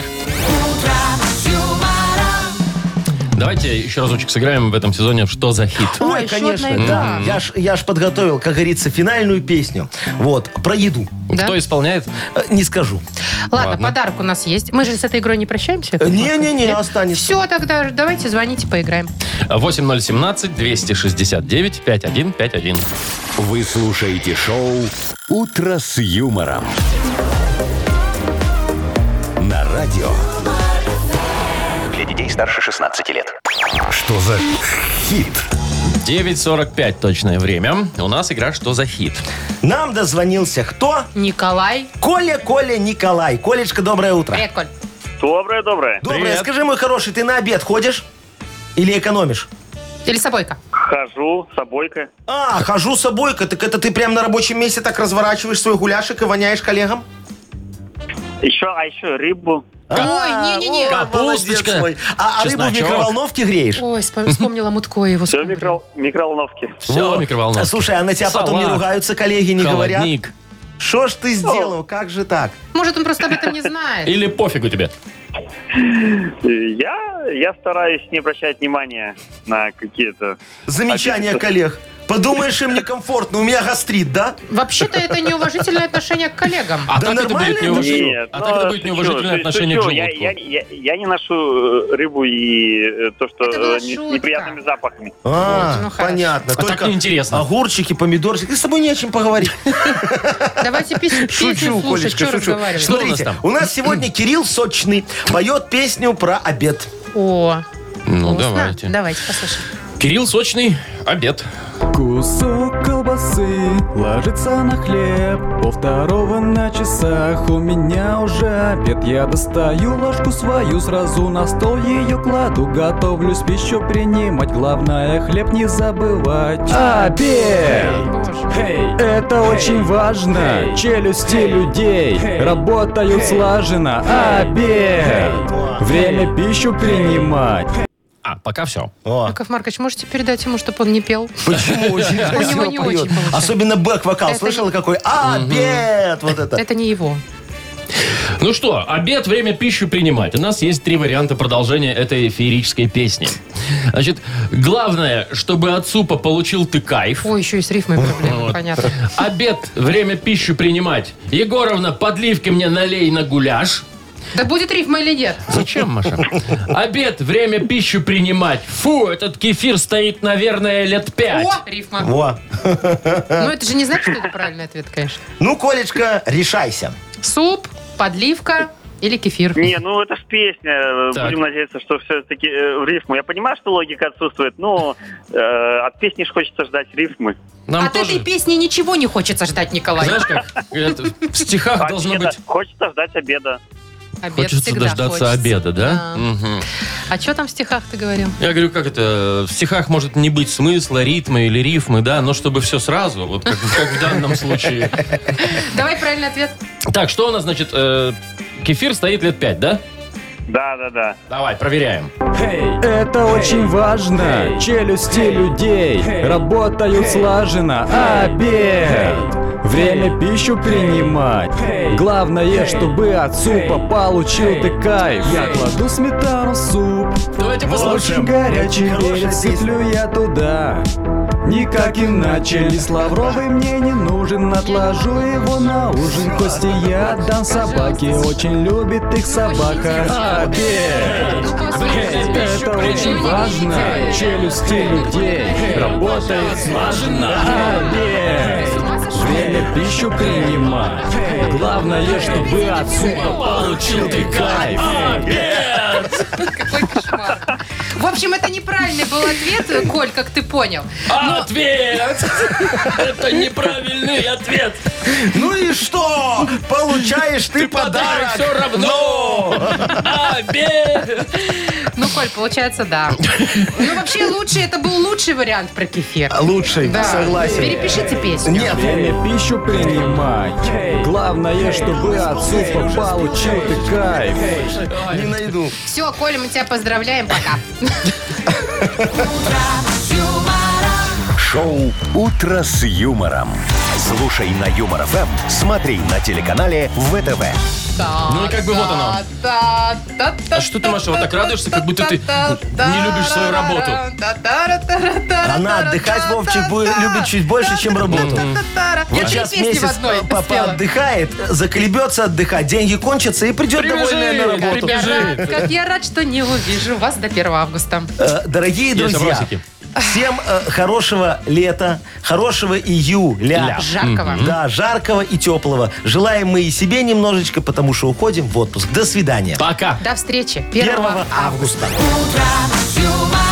S2: Давайте еще разочек сыграем в этом сезоне «Что за хит?».
S3: А,
S4: Ой,
S3: еще
S4: конечно,
S3: одна
S4: да. Я ж, я ж подготовил, как говорится, финальную песню. Вот, про еду.
S3: Да?
S2: Кто исполняет?
S4: Э, Не скажу.
S3: Ладно,
S2: Ладно.
S3: подарок у нас есть. Мы же с этой игрой не прощаемся.
S4: Э, Не-не-не, останется.
S3: Все, тогда давайте звоните, поиграем.
S2: 8017-269-5151.
S1: Вы слушаете шоу «Утро с юмором». На радио.
S5: Для детей старше 16 лет.
S1: Что за хит?
S2: 9.45 точное время. У нас игра «Что за хит?».
S4: Нам дозвонился кто?
S3: Николай.
S4: Коля, Коля, Николай. Колечка, доброе утро.
S3: Привет, Коль.
S6: Доброе-доброе.
S4: Доброе.
S2: Привет.
S4: Скажи, мой хороший, ты на обед ходишь? Или экономишь?
S3: Или Собойка.
S6: Хожу, с собойка.
S4: А, хожу с собойка. Так это ты прям на рабочем месте так разворачиваешь свой гуляшек и воняешь коллегам?
S6: Еще, а еще рыбу.
S4: А,
S3: Ой, не-не-не.
S4: о,
S2: Капусточка,
S4: молодец мой. А, а рыбу в
S2: чесночок.
S4: микроволновке греешь?
S3: Ой, вспом- вспомнила Мутко и его.
S6: Все в
S3: скумбрию.
S6: микро- микроволновке.
S2: Все,
S4: Вот.
S2: микроволновка.
S4: Слушай, а на тебя потом не
S2: Салат,
S4: ругаются коллеги, не говорят?
S2: холодник.
S4: Что ж ты сделал? Как же так?
S3: Может, он просто об этом не знает.
S2: Или пофигу тебе?
S6: Э, Я, я стараюсь не обращать внимания на какие-то...
S2: А
S4: Замечания
S6: Обидно.
S4: коллег. Подумаешь, им некомфортно. У меня гастрит, да?
S3: Вообще-то это неуважительное отношение к коллегам.
S2: А
S4: Да
S2: так это
S4: нормально
S2: будет
S4: это
S2: неуважительное.
S6: Нет,
S2: А
S6: ну,
S2: так это будет
S6: ты
S2: неуважительное
S6: чё, ты
S2: отношение к
S6: чё,
S2: желудку.
S6: я, я- я- я не ношу э, рыбу и э, то, что
S3: Это была
S6: э, не-
S3: шутка.
S6: неприятными запахами.
S4: А,
S3: ну хорошо.
S4: понятно.
S2: А так неинтересно.
S4: огурчики, помидорчики. С тобой не о
S2: [laughs]
S4: чем поговорить.
S3: Давайте песню, песню
S4: Шучу,
S3: слушать,
S4: Колечка,
S3: что
S4: шучу.
S3: разговаривать.
S2: Что у нас
S4: Смотрите,
S2: там?
S4: у нас сегодня Кирилл Сочный поет песню про обед.
S3: О,
S2: Ну,
S3: Вкусно.
S2: давайте.
S3: Давайте послушаем.
S2: Кирилл Сочный, обед.
S1: Кусок колбасы ложится на хлеб По второго на часах у меня уже обед Я достаю ложку свою сразу на стол Ее кладу, готовлюсь пищу принимать Главное хлеб не забывать Обед! Это очень важно Челюсти людей работают слаженно Обед! Время пищу принимать
S2: А, пока все.
S4: О,
S3: Яков Маркович, можете передать ему, чтобы он не пел?
S4: Почему? Очень красиво
S3: не
S4: поет.
S3: очень получается.
S4: Особенно бэк-вокал.
S3: Это
S4: Слышала, какой? Обед! Вот это.
S3: Это не его.
S2: Ну что, обед, время пищу принимать. У нас есть три варианта продолжения этой феерической песни. Значит, главное, чтобы от супа получил ты кайф.
S3: Ой, еще и с рифмой проблемы,
S2: Вот.
S3: понятно.
S2: Обед, время пищу принимать. Егоровна, подливки мне налей на гуляш.
S3: Да будет рифма или нет?
S2: Зачем, Маша? Обед, время пищу принимать. Фу, этот кефир стоит, наверное, лет пять.
S3: О, рифма.
S4: Во.
S3: Ну, это же не значит, что это правильный ответ, конечно.
S4: Ну, Колечка, решайся.
S3: Суп, подливка или кефир?
S7: Не, ну это ж
S6: Э,
S7: песня.
S2: Так.
S7: Будем надеяться, что все-таки в рифму. Я понимаю, что логика отсутствует, но э, от песни ж хочется ждать рифмы.
S2: Нам
S3: От
S2: тоже,
S3: этой песни ничего не хочется ждать, Николай.
S2: знаешь как, говорят, в стихах А, должно
S7: Обеда.
S2: быть...
S7: Хочется ждать обеда.
S3: Обед
S2: Хочется
S3: всегда
S2: дождаться
S3: хочется.
S2: обеда, да?
S3: Да.
S2: Мгм.
S3: А что там в стихах ты говорил?
S2: Я говорю, как это, в стихах может не быть смысла, ритма или рифмы, да, но чтобы все сразу, вот как, как в данном случае.
S3: Давай правильный ответ.
S2: Так, что у нас, значит, э, кефир стоит лет пять, да?
S7: Да, да, да.
S2: Давай, проверяем.
S1: Это очень важно. Челюсти людей работают слаженно. Обед. Время пищу принимать. Главное, чтобы от супа получил ты кайф. Я кладу сметану в суп.
S2: Давайте
S1: Очень
S2: послушаем.
S1: горячий
S4: Хорошая
S1: перец
S4: песня.
S1: сыплю я туда. Никак иначе Лист лавровый мне не нужен Отложу его на ужин Кости я отдам собаке Очень любит их собака Обед
S3: Ну, послушайте.
S1: это очень важно. Челюсти людей работают слаженно. Обед. Время пищу принимать. Главное, чтобы от супа получил ты кайф.
S3: Какой кошмар. В общем, это неправильный был ответ, Коль, как ты понял.
S2: Ответ! Это неправильный ответ.
S4: Ну и что? Получаешь ты
S2: Подарок
S4: подарок.
S2: все равно. Обед!
S3: Ну, Коль, получается, да. Ну, вообще, лучший, это был лучший вариант про кефир.
S4: Лучший,
S3: Да.
S4: согласен.
S3: Перепишите песню.
S4: Нет,
S1: Время пищу принимать. Главное, чтобы от супа получил ты кайф.
S4: не найду.
S3: Все, Коля, мы тебя поздравляем, пока.
S10: Шоу «Утро с юмором». Слушай на Юмор ФМ, смотри на телеканале ВТВ.
S2: Ну и как бы вот оно.
S3: А
S2: А что ты, Маша, вот так радуешься, как будто ты не любишь свою работу?
S4: Она отдыхать, Вовчик, будет- любит чуть больше, чем работу.
S3: Я
S4: Вот
S3: три
S4: сейчас
S3: песни в
S4: месяц
S3: одной
S4: папа
S3: спела.
S4: отдыхает, заколебется отдыхать, деньги кончатся и придет довольная на
S2: Прибежит,
S4: работу.
S2: прибежит.
S3: Как я рад, что не увижу вас до 1 августа.
S4: Э, Дорогие
S2: Есть
S4: друзья,
S2: вопросики?
S4: всем э, хорошего лета, хорошего июля.
S3: Жаркого.
S4: Да, жаркого и теплого. Желаем мы и себе немножечко, потому что уходим в отпуск. До свидания.
S2: Пока.
S3: До встречи. 1
S4: 1 августа.
S3: августа.